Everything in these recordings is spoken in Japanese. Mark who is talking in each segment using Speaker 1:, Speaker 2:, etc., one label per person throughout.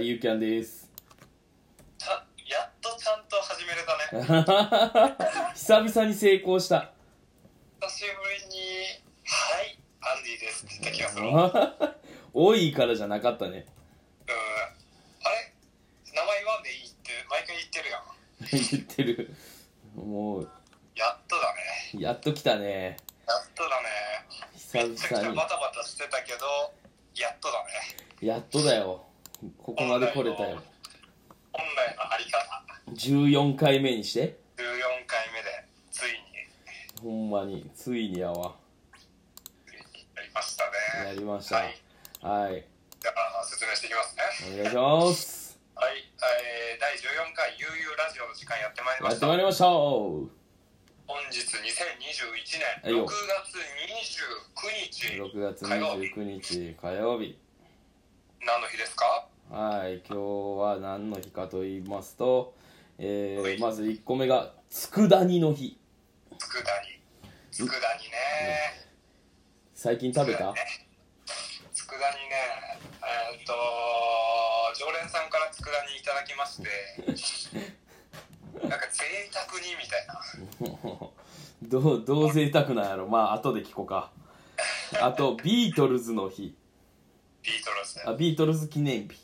Speaker 1: ゆうきゃんです。
Speaker 2: たやっとちゃんと始めれたね
Speaker 1: 久々に成功した。
Speaker 2: 久しぶりに「はいアンディです」って言った気がするうんあ
Speaker 1: 多いからじゃなかったね。
Speaker 2: れ名前言わんでいいって毎回言ってるやん
Speaker 1: 言ってる。もう、
Speaker 2: やっとだね
Speaker 1: やっと来たね。
Speaker 2: やっとだね
Speaker 1: 久
Speaker 2: めちゃくちゃ
Speaker 1: 々
Speaker 2: バタバタしてたけどやっとだね
Speaker 1: に。やっとだよ。ここまで来れたよ。
Speaker 2: 本来のあり方
Speaker 1: 14回目にして。
Speaker 2: 14回目でついに
Speaker 1: ほんまに、ついにやわ。
Speaker 2: やりました
Speaker 1: や
Speaker 2: ね
Speaker 1: りました。
Speaker 2: は
Speaker 1: はいい。
Speaker 2: じゃあ説明していきますね
Speaker 1: お願いします。
Speaker 2: はい、えー、第14回「悠々ラジオ」の時間やってまいりま
Speaker 1: や
Speaker 2: し
Speaker 1: って
Speaker 2: た
Speaker 1: まいりました。6
Speaker 2: 本日2021
Speaker 1: はい
Speaker 2: 年6
Speaker 1: よ
Speaker 2: 月29日
Speaker 1: 月29日火曜日。
Speaker 2: 何の日ですか
Speaker 1: はい、今日は何の日かと言いますと、え
Speaker 2: はい
Speaker 1: ー、まず1個目が佃煮の日
Speaker 2: 佃煮佃煮ね
Speaker 1: 最近食べ
Speaker 2: 佃
Speaker 1: た
Speaker 2: 煮ねえーっと常連さんから佃煮いただきまして なんか贅沢にみたいな
Speaker 1: どうどう贅沢なんやろまあ後で聞こうかあとビートルズの日
Speaker 2: ビートルズ
Speaker 1: あビートルズ記念日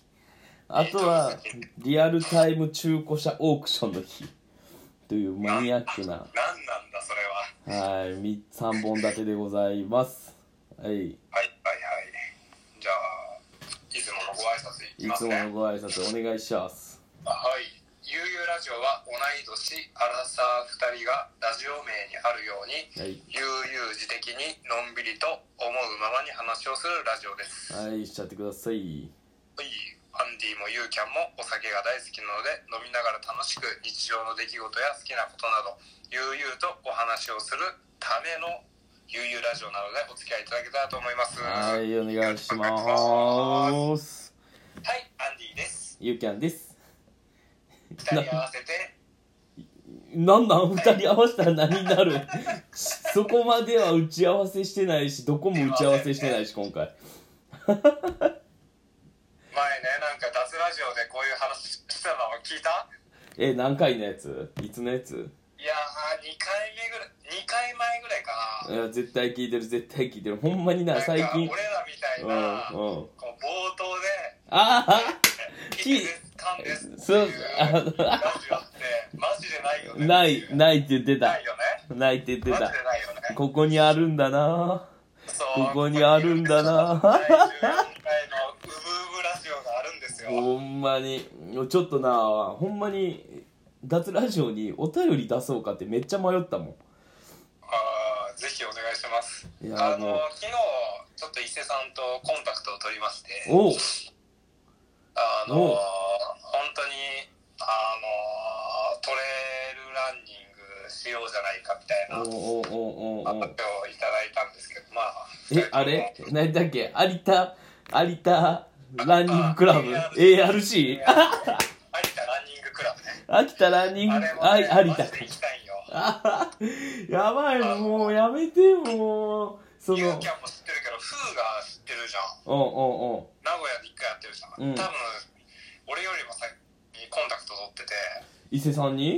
Speaker 1: あとは
Speaker 2: ビートルズ
Speaker 1: リアルタイム中古車オークションの日というマニアックな
Speaker 2: 何なんだそれは
Speaker 1: はいみ3本立てでございますはい
Speaker 2: はいはいはいじゃあいつものご挨拶いき
Speaker 1: い
Speaker 2: ま
Speaker 1: つ
Speaker 2: す
Speaker 1: も
Speaker 2: ね
Speaker 1: のご挨拶お願いします
Speaker 2: はい「ゆうゆうラジオ」は同い年アラサー2人がラジオ名にあるように
Speaker 1: はい
Speaker 2: 悠々自適にのんびりと思うままに話をするラジオです
Speaker 1: はいしちゃってください
Speaker 2: はいアンディもユーキャンもお酒が大好きなので飲みながら楽しく日常の出来事や好きなことなど悠々とお話をするための悠々ラジオなのでお付き合いいただけたらと思います
Speaker 1: は
Speaker 2: はい
Speaker 1: い、お願いします。
Speaker 2: アンディです
Speaker 1: ゆうきゃんです。
Speaker 2: 二人合わせて
Speaker 1: なんなん二人合わせたら何になるそこまでは打ち合わせしてないし、どこも打ち合わせしてないし、今回。
Speaker 2: 前ねなんか脱ラジオでこういう話したのを聞いた
Speaker 1: え、何回のやついつのやつ
Speaker 2: いやー2回目ぐらい2回前ぐらいかな
Speaker 1: いや絶対聞いてる、絶対聞いてる。ほんまにな、
Speaker 2: なんか
Speaker 1: 最近。
Speaker 2: 俺らみたい
Speaker 1: うん、うん。
Speaker 2: な
Speaker 1: あ
Speaker 2: こう冒頭で
Speaker 1: あ
Speaker 2: 聞いてですかんですって
Speaker 1: そう
Speaker 2: いう
Speaker 1: あ
Speaker 2: ラジオってマジでないよね
Speaker 1: ない、
Speaker 2: い
Speaker 1: ないって言ってた
Speaker 2: ない。よ
Speaker 1: ないって言って
Speaker 2: ねマジで
Speaker 1: た。
Speaker 2: ないよね
Speaker 1: ここにあるんだな
Speaker 2: そう
Speaker 1: ここにあるんだな
Speaker 2: 第14回のうぶうぶラジオがあるんですよ
Speaker 1: ほんまにちょっとなほんまに脱ラジオにお便り出そうかってめっちゃ迷ったもん
Speaker 2: あーぜひお願いします
Speaker 1: いや
Speaker 2: あ
Speaker 1: もう
Speaker 2: の昨日ちょっと伊勢さんとコンタクトを取りまして
Speaker 1: おう
Speaker 2: あの
Speaker 1: おう
Speaker 2: 本当にあのトレイルランニングしようじゃないかみたいな
Speaker 1: おうおうおうおう
Speaker 2: 発
Speaker 1: お
Speaker 2: 表を
Speaker 1: う
Speaker 2: いただいたんですけどまあ
Speaker 1: えあれ何だっけ有田有田ランニングクラブ
Speaker 2: あ
Speaker 1: ARC
Speaker 2: 有 田ランニングクラブね。
Speaker 1: 秋田ランニング
Speaker 2: あ
Speaker 1: あ
Speaker 2: れも、ね、
Speaker 1: 有
Speaker 2: マ
Speaker 1: 田
Speaker 2: ジで行きたいよ。
Speaker 1: あやばいもうやめてもうその
Speaker 2: ゆうきゃんも知ってるけど、フーが知ってるじゃん。
Speaker 1: おうおうお
Speaker 2: 名古屋で一回やってるじゃん。
Speaker 1: うん
Speaker 2: 多分、俺よりも先にコンタクト取ってて、
Speaker 1: う伊勢さんに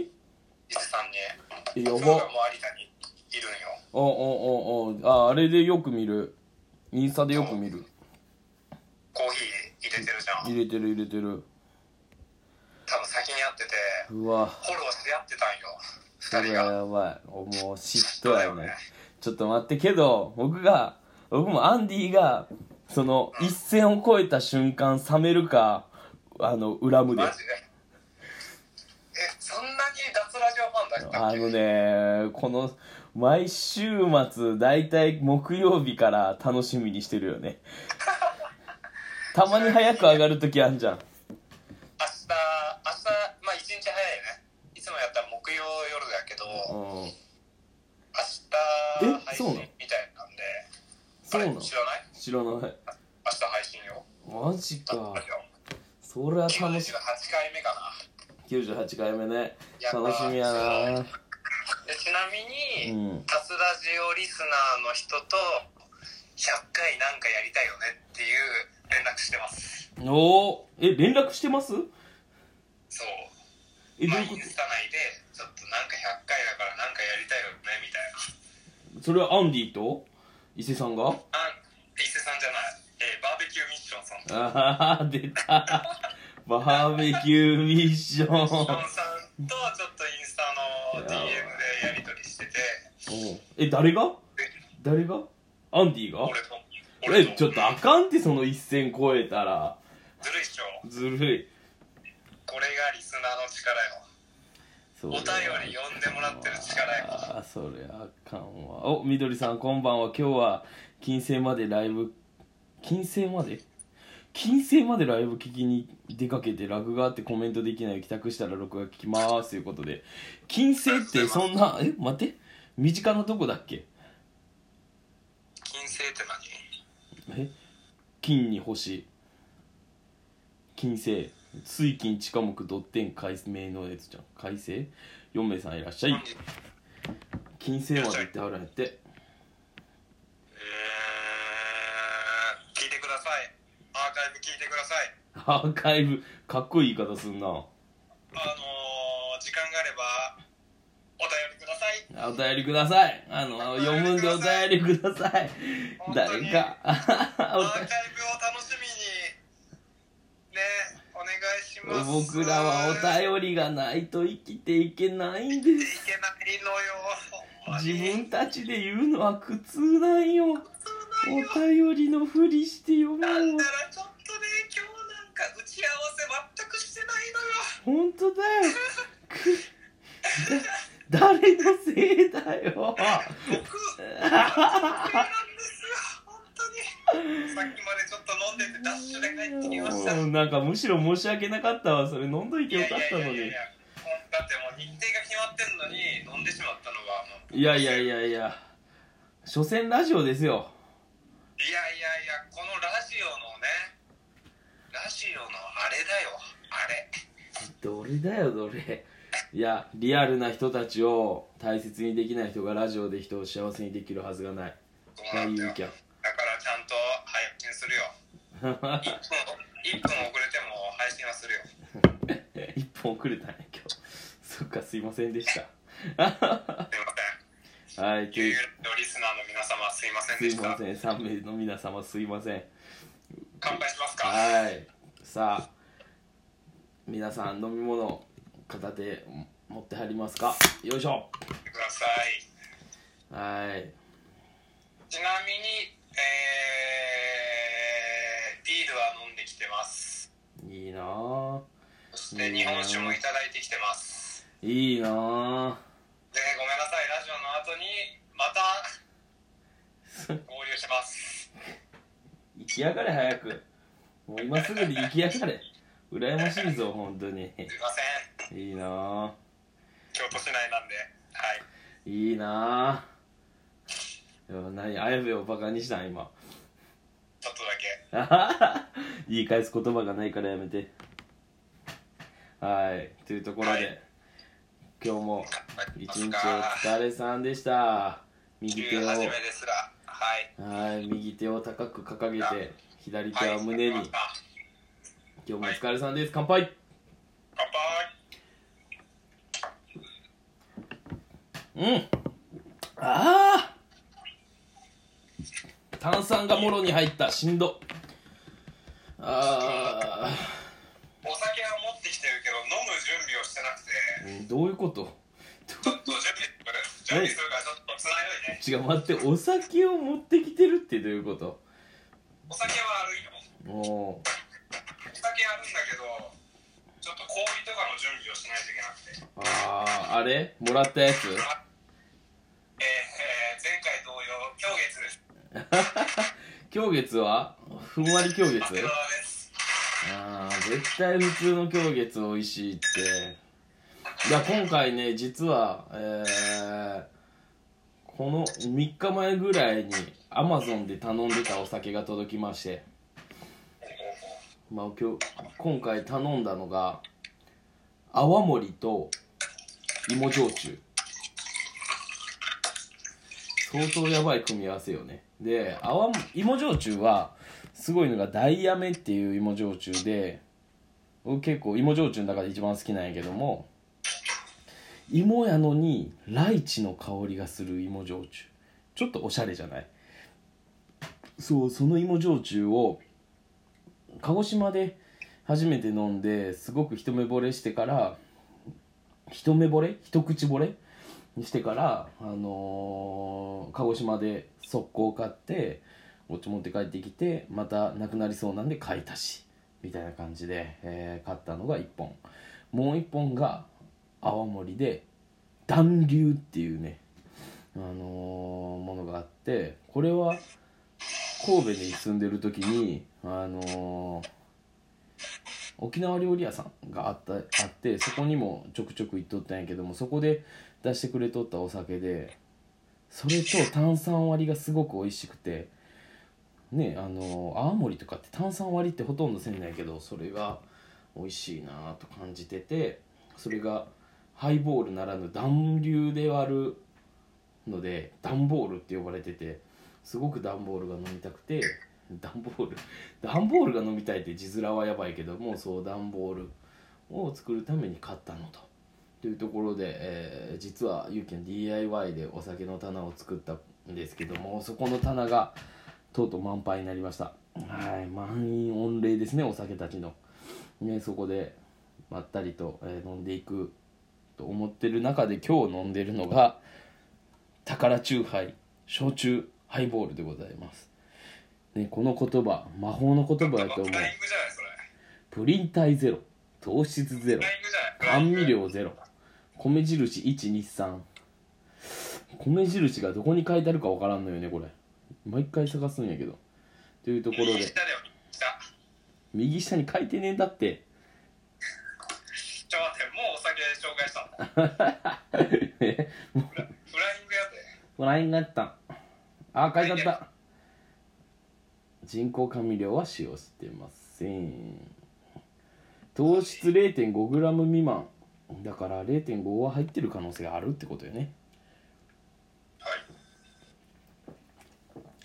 Speaker 2: 伊勢さんに。
Speaker 1: えや
Speaker 2: フ
Speaker 1: ば
Speaker 2: ーがもう有田にいるんよ。
Speaker 1: おうおうおうおうああれでよく見るインスタでよく見る
Speaker 2: コーヒー入れてるじゃん。
Speaker 1: 入れてる入れてる
Speaker 2: 多分先にやってて、
Speaker 1: うわ
Speaker 2: フォローしてやってたんよ。二人
Speaker 1: やばい
Speaker 2: が。
Speaker 1: やばいおもう嫉妬やねちょっと待ってけど僕が僕もアンディがその一線を越えた瞬間冷めるかあの恨むで
Speaker 2: マジで。え、そんなに脱ラジオファンだったっ
Speaker 1: あ
Speaker 2: け
Speaker 1: のねこの毎週末大体木曜日から楽しみにしてるよ ねたまに早く上がる時あんじゃん
Speaker 2: 明日、明日、まあ一日早いね。いつもやったら木曜夜だけど、明
Speaker 1: うん
Speaker 2: 日
Speaker 1: え
Speaker 2: 配
Speaker 1: そう
Speaker 2: 信
Speaker 1: なの
Speaker 2: みたいなんで、
Speaker 1: そうな
Speaker 2: あれ
Speaker 1: の
Speaker 2: 知らない
Speaker 1: 知らない
Speaker 2: 明日配信よ。
Speaker 1: マジか
Speaker 2: あれよ
Speaker 1: それは楽し
Speaker 2: 98回目かな。
Speaker 1: 98回目ね
Speaker 2: やった
Speaker 1: 楽しみやな
Speaker 2: でちなみ
Speaker 1: う
Speaker 2: に、
Speaker 1: ん
Speaker 2: タスラジオリスナーの人と、100回なんかやりたいよねっていう連絡してます。
Speaker 1: おおえ連絡してます
Speaker 2: そう
Speaker 1: えど
Speaker 2: ま
Speaker 1: う
Speaker 2: あ
Speaker 1: い
Speaker 2: イ
Speaker 1: うこ
Speaker 2: ンスタ内でちょっとなんか100回だからなんかやりたいよねみたいな
Speaker 1: とそれはアンディと伊勢さんが
Speaker 2: あ伊勢さんじゃない、えーバーベキューミッションさん
Speaker 1: ああ出たバーベキューミッショ
Speaker 2: ミッション
Speaker 1: ン
Speaker 2: さんとちょっとインスタの DM でやり取りしてて
Speaker 1: おうえ誰が誰がアンディが
Speaker 2: 俺と俺
Speaker 1: えちょっとあかんってその一線超えたら
Speaker 2: ずるいっしょ
Speaker 1: ずるい
Speaker 2: これがリスナーの力よ
Speaker 1: お
Speaker 2: お便り読んでもらってる力よ
Speaker 1: ああそれあかんわおみどりさんこんばんは今日は金星までライブ金星まで金星までライブ聞きに出かけてラグがあってコメントできない帰宅したら録画聞きますということで金星ってそんなえ待って身近なとこだっけ
Speaker 2: 金星って何
Speaker 1: え金に星金星水金地下木土天海明のやつじゃん海星4名さんいらっしゃい金星まで行ってはるんやって
Speaker 2: えー、聞いてくださいアーカイブ聞いてください
Speaker 1: アーカイブかっこいい言い方すんな
Speaker 2: あのー、時間があればお便りください
Speaker 1: お便りくださいあの読むんでお便りください
Speaker 2: 本当
Speaker 1: 誰
Speaker 2: に
Speaker 1: か
Speaker 2: ア
Speaker 1: お
Speaker 2: ーカイブ
Speaker 1: 便
Speaker 2: を楽しみにねお願いします
Speaker 1: 僕らはお便りがないと生きていけないん
Speaker 2: い
Speaker 1: です
Speaker 2: けないのよほんまに
Speaker 1: 自分たちで言うのは苦痛なんよお便りのふりして読む
Speaker 2: なんな
Speaker 1: の
Speaker 2: らちょっとね今日なんか打ち合わせ全くしてないのよ
Speaker 1: 本当だよくだ誰のせいだよ
Speaker 2: 僕なんですよ本当にさっきまでちょっと飲んでてダッシュで帰ってきましたい
Speaker 1: もうなんかむしろ申し訳なかったわそれ飲んどいてよ
Speaker 2: やい
Speaker 1: かっ
Speaker 2: やい
Speaker 1: た
Speaker 2: や
Speaker 1: の
Speaker 2: いや
Speaker 1: に
Speaker 2: いやだってもう日程が決まってんのに飲んでしまったのがもう
Speaker 1: いやいやいやいや所詮ラジオですよ
Speaker 2: いやいやいやこのラジオのねラジオのあれだよあれ
Speaker 1: どれだよどれいやリアルな人たちを大切にできない人がラジオで人を幸せにできるはずがない
Speaker 2: そうな
Speaker 1: 大
Speaker 2: ん
Speaker 1: 勇
Speaker 2: だよ
Speaker 1: キャン
Speaker 2: だからちゃんと配信す るよ1分1分遅れても配信はするよ
Speaker 1: 一本遅れたんや今日そっかすいませんでし
Speaker 2: すいません
Speaker 1: たはいと
Speaker 2: ゆう
Speaker 1: い
Speaker 2: ゆ
Speaker 1: う
Speaker 2: うのリスナーの皆様すいません
Speaker 1: す
Speaker 2: で
Speaker 1: い
Speaker 2: した
Speaker 1: ません3名の皆様すいません
Speaker 2: 乾杯しますか
Speaker 1: はいさあ皆さん飲み物片手持ってはりますかよいしょ
Speaker 2: ください
Speaker 1: はい
Speaker 2: ちなみに、えー、ビールは飲んできてます
Speaker 1: いいなあ
Speaker 2: そして日本酒もいただいてきてます
Speaker 1: いいな あ
Speaker 2: でごめんなさいラジオの後にまた合流します
Speaker 1: 行きやがれ早くもう今すぐで行きやがれ羨ましいぞ本当に
Speaker 2: すいません
Speaker 1: いいなあ
Speaker 2: 京都市内なんではい
Speaker 1: いいなあいや何綾部をバカにしたん今
Speaker 2: ちょっとだけ
Speaker 1: あはは言い返す言葉がないからやめてはいというところで、
Speaker 2: はい
Speaker 1: 今日も
Speaker 2: 頑張り
Speaker 1: 一
Speaker 2: ます
Speaker 1: 日お
Speaker 2: か
Speaker 1: 疲れさんでした右手
Speaker 2: 週
Speaker 1: を
Speaker 2: 初めですらはい
Speaker 1: はい右手を高く掲げて左手は胸に
Speaker 2: はい
Speaker 1: 今日もお疲れさんです乾杯
Speaker 2: 乾杯
Speaker 1: うんああ炭酸がもろに入ったしんどあ
Speaker 2: お酒は持ってきてるけど飲む準備をしてなくて
Speaker 1: あどういうこと
Speaker 2: ちょっと準備する準備するからちょっとつないでいね
Speaker 1: 違う待ってお酒を持ってきてるってどういうこと
Speaker 2: お酒はあるよ
Speaker 1: も
Speaker 2: お酒あるんだけどちょっと氷とかの準備をしないといけなくて
Speaker 1: うあああれもらったやつ
Speaker 2: えーえー前回同様今月です
Speaker 1: 今日月はふんわり今日
Speaker 2: 長
Speaker 1: 月
Speaker 2: 谷川です
Speaker 1: ああ絶対普通の今日月美味しいっていや今回ね実はえー、この3日前ぐらいにアマゾンで頼んでたお酒が届きましてまあ今日今回頼んだのが泡盛と芋焼酎相当やばい組み合わせよねで泡も芋焼酎はすごいのがダイヤメっていう芋焼酎で僕結構芋焼酎の中で一番好きなんやけども芋やのにライチの香りがする芋焼酎ちょっとおしゃれじゃないそうその芋焼酎を鹿児島で初めて飲んですごく一目惚れしてから一目惚れ一口惚れにしてから、あのー鹿児島で速攻買ってこっち持って帰ってきてまたなくなりそうなんで買い足しみたいな感じで、えー買ったのが1本もう1本が青森で暖流っていうね、あのーものがあってこれは神戸に住んでる時に、あのー沖縄料理屋さんがあったあってそこにもちょくちょく行っとったんやけどもそこで出してくれとったお酒でそれと炭酸割りがすごく美味しくてねあの青森とかって炭酸割りってほとんどせんないけどそれが美味しいなぁと感じててそれがハイボールならぬ暖流で割るので段ボールって呼ばれててすごく段ボールが飲みたくて段ボール段ボールが飲みたいって字面はやばいけどもそう段ボールを作るために買ったのと。というところで、えー実はゆうきの DIY でお酒の棚を作ったんですけどもそこの棚がとうとう満杯になりましたはい満員御礼ですねお酒たちの、ね、そこでまったりと、えー飲んでいくと思ってる中で今日飲んでるのが宝酎ハイ焼酎ハイボールでございます、ね、この言葉魔法の言葉やと思
Speaker 2: フライン
Speaker 1: う
Speaker 2: グじゃないそれ
Speaker 1: プリン体ゼロ糖質ゼロ
Speaker 2: フライングじゃない
Speaker 1: 甘味料ゼロ米印123米印がどこに書いてあるかわからんのよねこれ毎回探すんやけどというところ
Speaker 2: 右
Speaker 1: で
Speaker 2: 下だよ下
Speaker 1: 右下に書いてねえんだって
Speaker 2: ちょ待ってもうお酒紹介したのフ
Speaker 1: え
Speaker 2: ライングやで
Speaker 1: ご覧になったあ書いてあった人工甘味料は使用してません糖質 0.5g 未満だから0.5は入ってる可能性があるってことよね
Speaker 2: は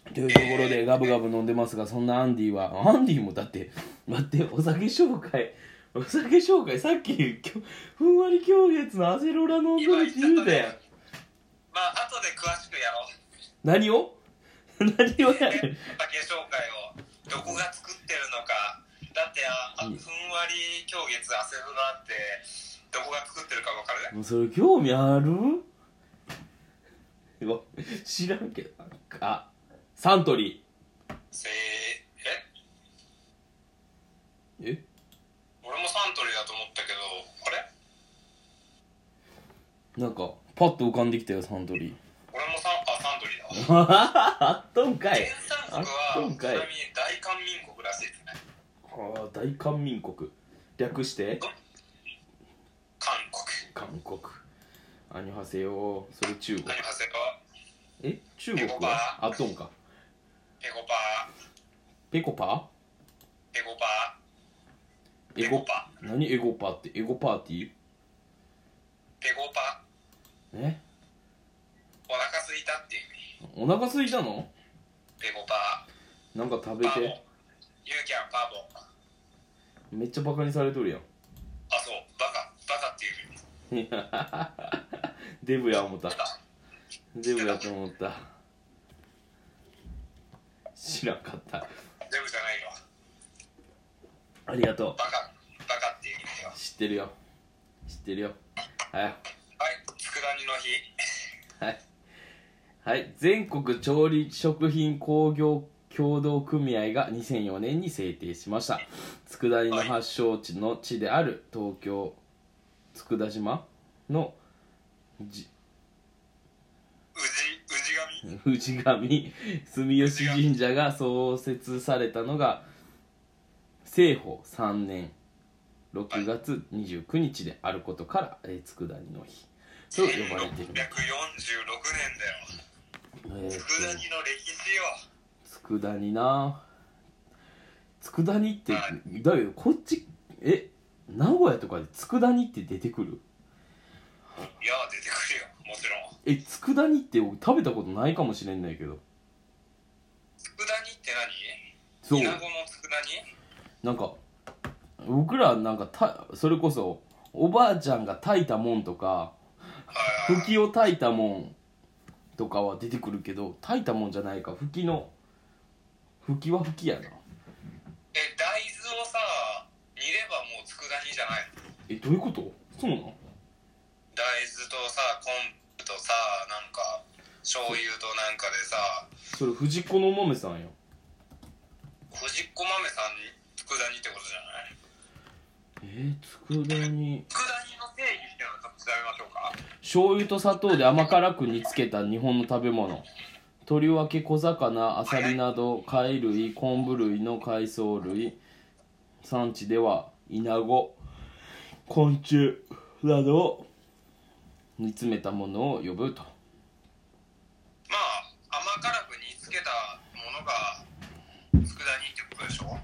Speaker 2: い
Speaker 1: というところでガブガブ飲んでますがそんなアンディはアンディもだって待ってお酒紹介お酒紹介さっききょふんわり狂月のアセロラ飲んで
Speaker 2: 今
Speaker 1: るっ
Speaker 2: 言ってちゃっ
Speaker 1: 言
Speaker 2: た
Speaker 1: うたやん
Speaker 2: ねまあ後で詳しくやろう
Speaker 1: 何を何をや
Speaker 2: お
Speaker 1: ねん
Speaker 2: 酒紹介をどこが作ってるのかだってああふ
Speaker 1: い
Speaker 2: ん
Speaker 1: い
Speaker 2: わり狂月アセロラってどこが作ってるか分かる
Speaker 1: もうそれ興味あるうわ知らんけどあサントリ
Speaker 2: せえ
Speaker 1: ーえ
Speaker 2: 俺もサントリーだと思ったけどあれ
Speaker 1: なんかパッと浮かんできたよサントリー
Speaker 2: 俺もサンあサントリーだわ
Speaker 1: あっとんかい
Speaker 2: 原産国は
Speaker 1: あそう
Speaker 2: ち
Speaker 1: かい
Speaker 2: なみに大韓民国らしいですね
Speaker 1: あー大韓民国略して
Speaker 2: 韓国
Speaker 1: 韓国アニョハセヨそれ中国
Speaker 2: 何はせか
Speaker 1: え中国はあっとんか
Speaker 2: ペコパー
Speaker 1: ペコパ
Speaker 2: ペコパー
Speaker 1: ー
Speaker 2: エゴパ
Speaker 1: 何エゴパーってエゴパーティ
Speaker 2: ペコパー
Speaker 1: ーね
Speaker 2: お腹すいたっていう意味
Speaker 1: お腹空いたの
Speaker 2: ペコパー
Speaker 1: なんか食べ
Speaker 2: パボ
Speaker 1: て
Speaker 2: ユーキャンパボ
Speaker 1: めっちゃバカにされとるやん
Speaker 2: あそうバカバカっていう意味
Speaker 1: デブや思った
Speaker 2: だ
Speaker 1: デブやと思った知らんかった
Speaker 2: デブじゃないよ
Speaker 1: ありがと
Speaker 2: バカバカっていう意味だよ
Speaker 1: う知ってるよ知ってるよはい
Speaker 2: はい佃煮の日
Speaker 1: はい、はい、全国調理食品工業協同組合が2004年に制定しました佃煮の発祥地の地である東京佃島のじ
Speaker 2: うじうじ神
Speaker 1: 氏神住吉神社が創設されたのが政保3年6月29日であることから、えー、佃煮の日と呼ばれてい
Speaker 2: 1646年
Speaker 1: る
Speaker 2: だよ
Speaker 1: え
Speaker 2: 佃煮の
Speaker 1: ーと
Speaker 2: 歴史よ
Speaker 1: 佃煮な佃煮ってだけどこっちえ名古屋とかで佃煮って出てくる
Speaker 2: いや出てくるよもちろん
Speaker 1: え佃煮って僕食べたことないかもしれんないけど
Speaker 2: 佃煮って何
Speaker 1: そう
Speaker 2: イナゴの佃煮
Speaker 1: なんか僕らなんかたそれこそおばあちゃんが炊いたもんとか
Speaker 2: はいはい
Speaker 1: 吹きを炊いたもんとかは出てくるけど炊いたもんじゃないか吹きの吹きは吹きやな
Speaker 2: え大豆をさ煮ればもう佃煮じゃないの
Speaker 1: えどういうことそうなの
Speaker 2: 大豆とさ昆布とさなんか醤油となんかでさ
Speaker 1: それ藤子のお豆さんや
Speaker 2: 藤子豆さんに佃煮ってことじゃない
Speaker 1: えー、佃煮
Speaker 2: 佃煮の定義っていうのをちょっと調べましょうか
Speaker 1: 醤油と砂糖で甘辛く煮つけた日本の食べ物とりわけ小魚アサリなど貝類昆布類の海藻類産地ではイナゴ昆虫などを煮詰めたものを呼ぶと
Speaker 2: まあ甘辛く煮つけたものが佃煮ってことでしょ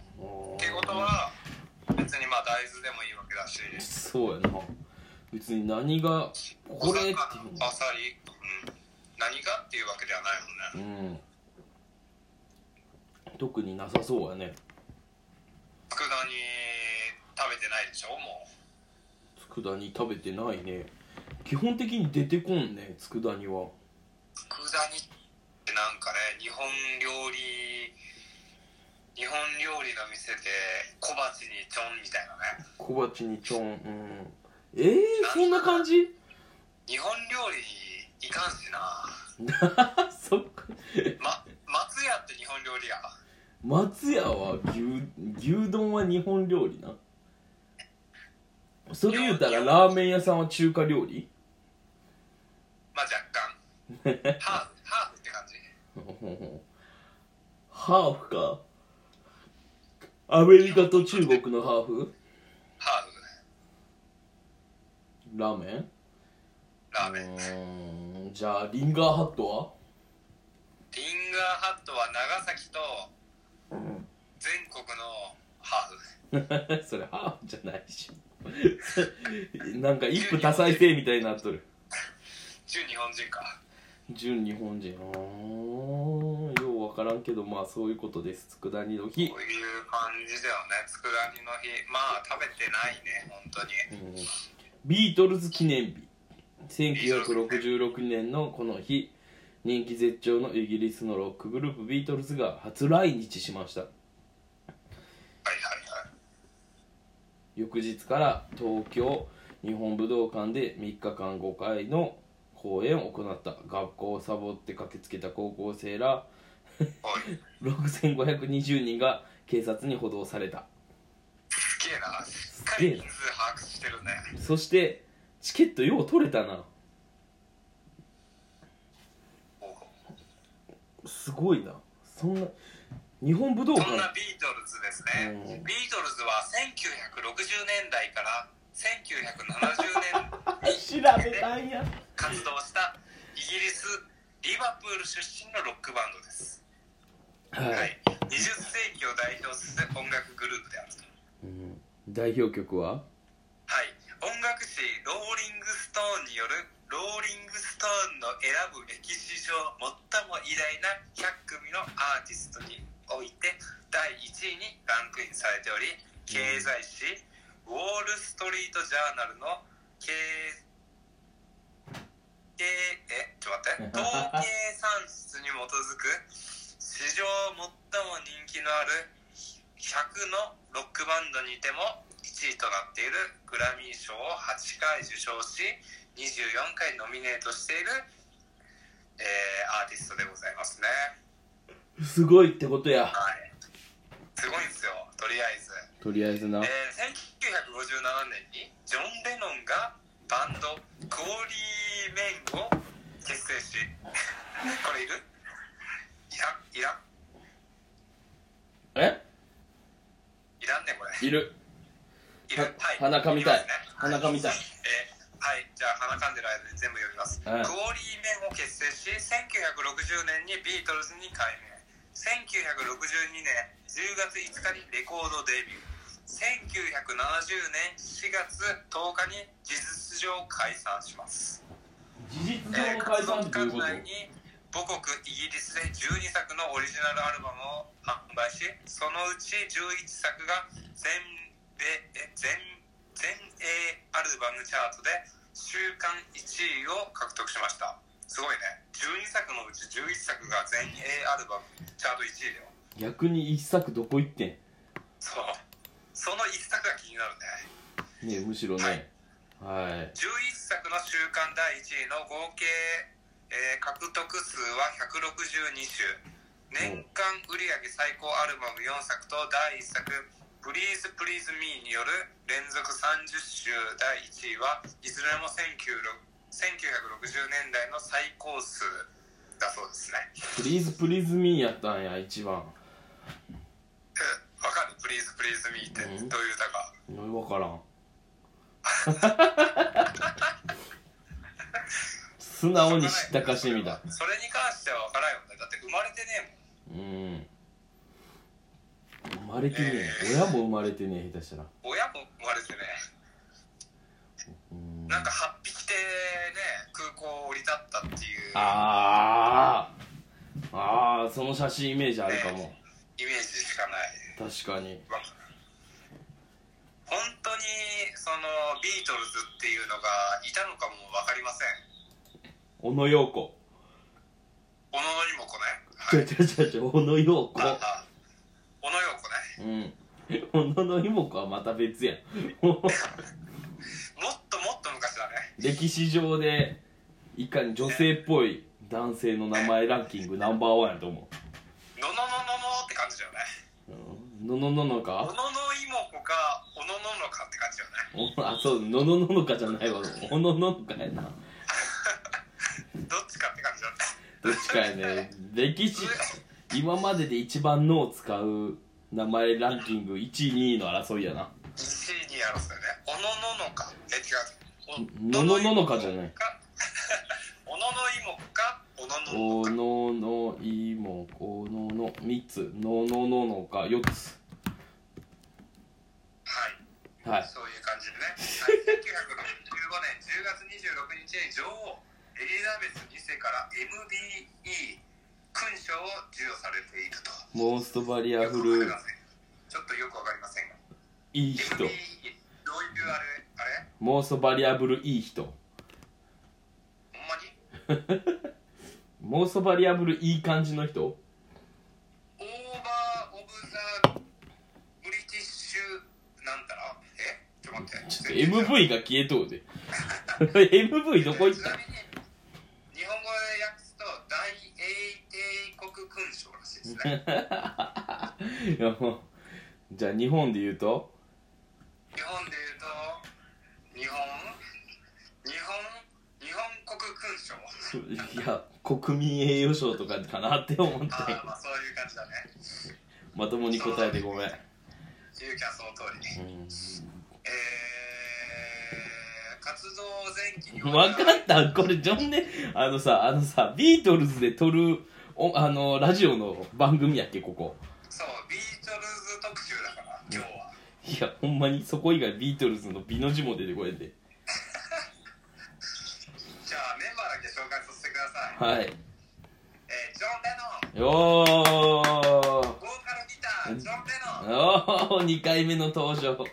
Speaker 2: ってことは別にまあ大豆でもいいわけだし
Speaker 1: そうやな別に何がこれってい
Speaker 2: お魚あさり、うん、何がっていうわけではないもんね
Speaker 1: うのうん特になさそうやね
Speaker 2: 佃煮食べてないでしょもう
Speaker 1: 佃煮食べてないね基本的に出てこんね佃煮は
Speaker 2: 佃煮ってなんかね日本料理日本料理の店で小鉢にちょんみたいなね
Speaker 1: 小鉢にちょんうんえー、そんな感じ
Speaker 2: 日本料理にいかんしな
Speaker 1: あそっか
Speaker 2: ま松屋って日本料理や
Speaker 1: 松屋は牛牛丼は日本料理なそれ言うたらラーメン屋さんは中華料理
Speaker 2: まあ若干 ハーフハーフって感じ
Speaker 1: ハーフかアメリカと中国のハーフ
Speaker 2: ハーフ
Speaker 1: ラーメン
Speaker 2: ラーメン
Speaker 1: うーんじゃあリンガーハットは
Speaker 2: リンガーハットは長崎と全国のハーフ
Speaker 1: それハーフじゃないし なんか一夫多妻制みたいになっとる
Speaker 2: 純日本人か
Speaker 1: 純日本人あーよう分からんけどまあそういうことです佃煮の日
Speaker 2: こういう感じだよね佃煮の日まあ食べてないね本当に
Speaker 1: ビートルズ記念日1966年のこの日人気絶頂のイギリスのロックグループビートルズが初来日しました
Speaker 2: はいはいはい
Speaker 1: 翌日から東京日本武道館で3日間5回の公演を行った学校をサボって駆けつけた高校生ら
Speaker 2: おい
Speaker 1: 6520人が警察に補導された
Speaker 2: すげえなしっかり人数把握してるね
Speaker 1: そしてチケットよう取れたな
Speaker 2: おう
Speaker 1: すごいなそんな日本武道
Speaker 2: そ
Speaker 1: 館
Speaker 2: んなビートルズですね
Speaker 1: うん
Speaker 2: ビートルズは1960年代から1970年に
Speaker 1: 調べたんや
Speaker 2: 活動したイギリスリバプール出身のロックバンドです
Speaker 1: はい、
Speaker 2: はい20世紀を代表する音楽グループであると
Speaker 1: うん代表曲
Speaker 2: は
Speaker 1: は
Speaker 2: い、音楽誌「ローリング・ストーン」によるローリング・ストーンの選ぶ歴史上最も偉大な100組のアーティストにおいて第1位にランクインされており経済誌「ウォール・ストリート・ジャーナル」の経経えちょっと待って統計算出に基づく史上最も人気のある100のロックバンドにいても1位となっているグラミー賞を8回受賞し24回ノミネートしている、えーアーティストでございますね
Speaker 1: すごいってことや
Speaker 2: はいすごいんですよとりあえず、
Speaker 1: とりあえずな
Speaker 2: えー1957年にジョン・レノンがバンドコーリー・メンを結成し これいるいらんいらん
Speaker 1: え
Speaker 2: いらんねこれ
Speaker 1: いる
Speaker 2: いるは
Speaker 1: は
Speaker 2: い
Speaker 1: 鼻かみたい
Speaker 2: りますね
Speaker 1: 鼻かみたい
Speaker 2: えーはい、じゃあ鼻かんでる間に全部読みます、
Speaker 1: はい
Speaker 2: クオリーメンを結成し1960年にビートルズに改名1962年10月5日にレコードデビュー1970年4月10日に事実上解散します
Speaker 1: 事実
Speaker 2: え
Speaker 1: 上
Speaker 2: ー
Speaker 1: の解
Speaker 2: 活
Speaker 1: 散
Speaker 2: 動
Speaker 1: っ
Speaker 2: 期間
Speaker 1: ていうこと
Speaker 2: 内にボ母国イギリスで12作のオリジナルアルバムを販売しそのうち11作が全米え全全英アルバムチャートで週間1位を獲得しましたすごいね12作のうち11作が全英アルバムチャート1位だよ
Speaker 1: 逆に一作どこ行ってん
Speaker 2: そうその1作が気になるね
Speaker 1: ねむしろねは
Speaker 2: 11
Speaker 1: い
Speaker 2: 作の週間第1位の合計、えー獲得数は162週年間売上最高アルバム4作と第1作「Please Please Me」による連続30週第1位はいずれも1960年代の最高数だそうですね
Speaker 1: プリーズプリーズミーやったんや一番
Speaker 2: うんわかる「Please Please Me」って
Speaker 1: うん
Speaker 2: どういう歌か
Speaker 1: 分からん素直に知ったかしみだ
Speaker 2: それに関してはわからんよねだって生まれてねえもん
Speaker 1: うん生まれてねえ親も生まれてねえ下手したら
Speaker 2: 親も生まれてねえ
Speaker 1: うん
Speaker 2: なんか8匹でね空港を降り立ったっていう
Speaker 1: あーあーその写真イメージあるかも
Speaker 2: イメージしかない、
Speaker 1: 確かに
Speaker 2: まあ本当にそのビートルズっていうのがいたのかも分かりません
Speaker 1: 小野陽子
Speaker 2: 小野妹子ね、
Speaker 1: ち
Speaker 2: はい、
Speaker 1: ょちょちょちょ小野陽子
Speaker 2: ああ小野陽子ね
Speaker 1: うん小野陽子はまた別やん
Speaker 2: もっともっと昔だね
Speaker 1: 歴史上でいかに女性っぽい男性の名前ランキングナンバーワンやと思
Speaker 2: のののののって感じだよね
Speaker 1: ううんのののの
Speaker 2: 小
Speaker 1: か
Speaker 2: 野の妹子か小野ののかって感じだよね
Speaker 1: おあそうののののかじゃないわおのののかやな
Speaker 2: どっちかって感じだね
Speaker 1: どっちかやね歴史今までで一番「の」を使う名前ランキング1位2位の争いやな
Speaker 2: 1位に争うよね小野ののかえ違う
Speaker 1: ののののかじゃない
Speaker 2: か おののいもかおの
Speaker 1: 「
Speaker 2: のの
Speaker 1: お
Speaker 2: か
Speaker 1: ののいもこのの」3つ「のののの」か4つ
Speaker 2: はい
Speaker 1: はい
Speaker 2: そういう感じでね、はい、1965年10月26日に女王エリザベス2世から MBE 勲章を授与されていると
Speaker 1: モーストバリア
Speaker 2: よ
Speaker 1: フ
Speaker 2: くわかり
Speaker 1: ル
Speaker 2: ませんちょっとよくわかりませんが
Speaker 1: いい人
Speaker 2: MBE どういうあれあれ
Speaker 1: モーストバリアブルいい人
Speaker 2: ほんまに
Speaker 1: モーストバリアブルいい感じの人
Speaker 2: オーバー・オブ・ザ・ブリティッシュなんだらえちょっと待って
Speaker 1: ちょっと MV が消えとう で MV どこ行っ
Speaker 2: ち
Speaker 1: た
Speaker 2: なみに日本語で訳すと大英帝国勲章らしいですね
Speaker 1: いやもうじゃあ日本で言うと
Speaker 2: 日本で言うと日本日本日本国勲章
Speaker 1: いや国民栄誉賞とかかなって思って
Speaker 2: ああまあそういう感じだね
Speaker 1: まともに答えてごめん、
Speaker 2: ゆうきはその通りえー、活動前期に
Speaker 1: 分かったこれジョンであのさあのさビートルズで撮るおあのラジオの番組やっけここ
Speaker 2: そうビートルズ特集だから今日はい
Speaker 1: やほんまにそこ以外ビートルズの美の字も出てこえんで
Speaker 2: じゃあメンバーだけ紹介させてください、
Speaker 1: はい
Speaker 2: えージョン・レノン
Speaker 1: よー
Speaker 2: ボーカルギタージョン・レノン
Speaker 1: おお2回目の
Speaker 2: え
Speaker 1: 登場
Speaker 2: ーボーカルベー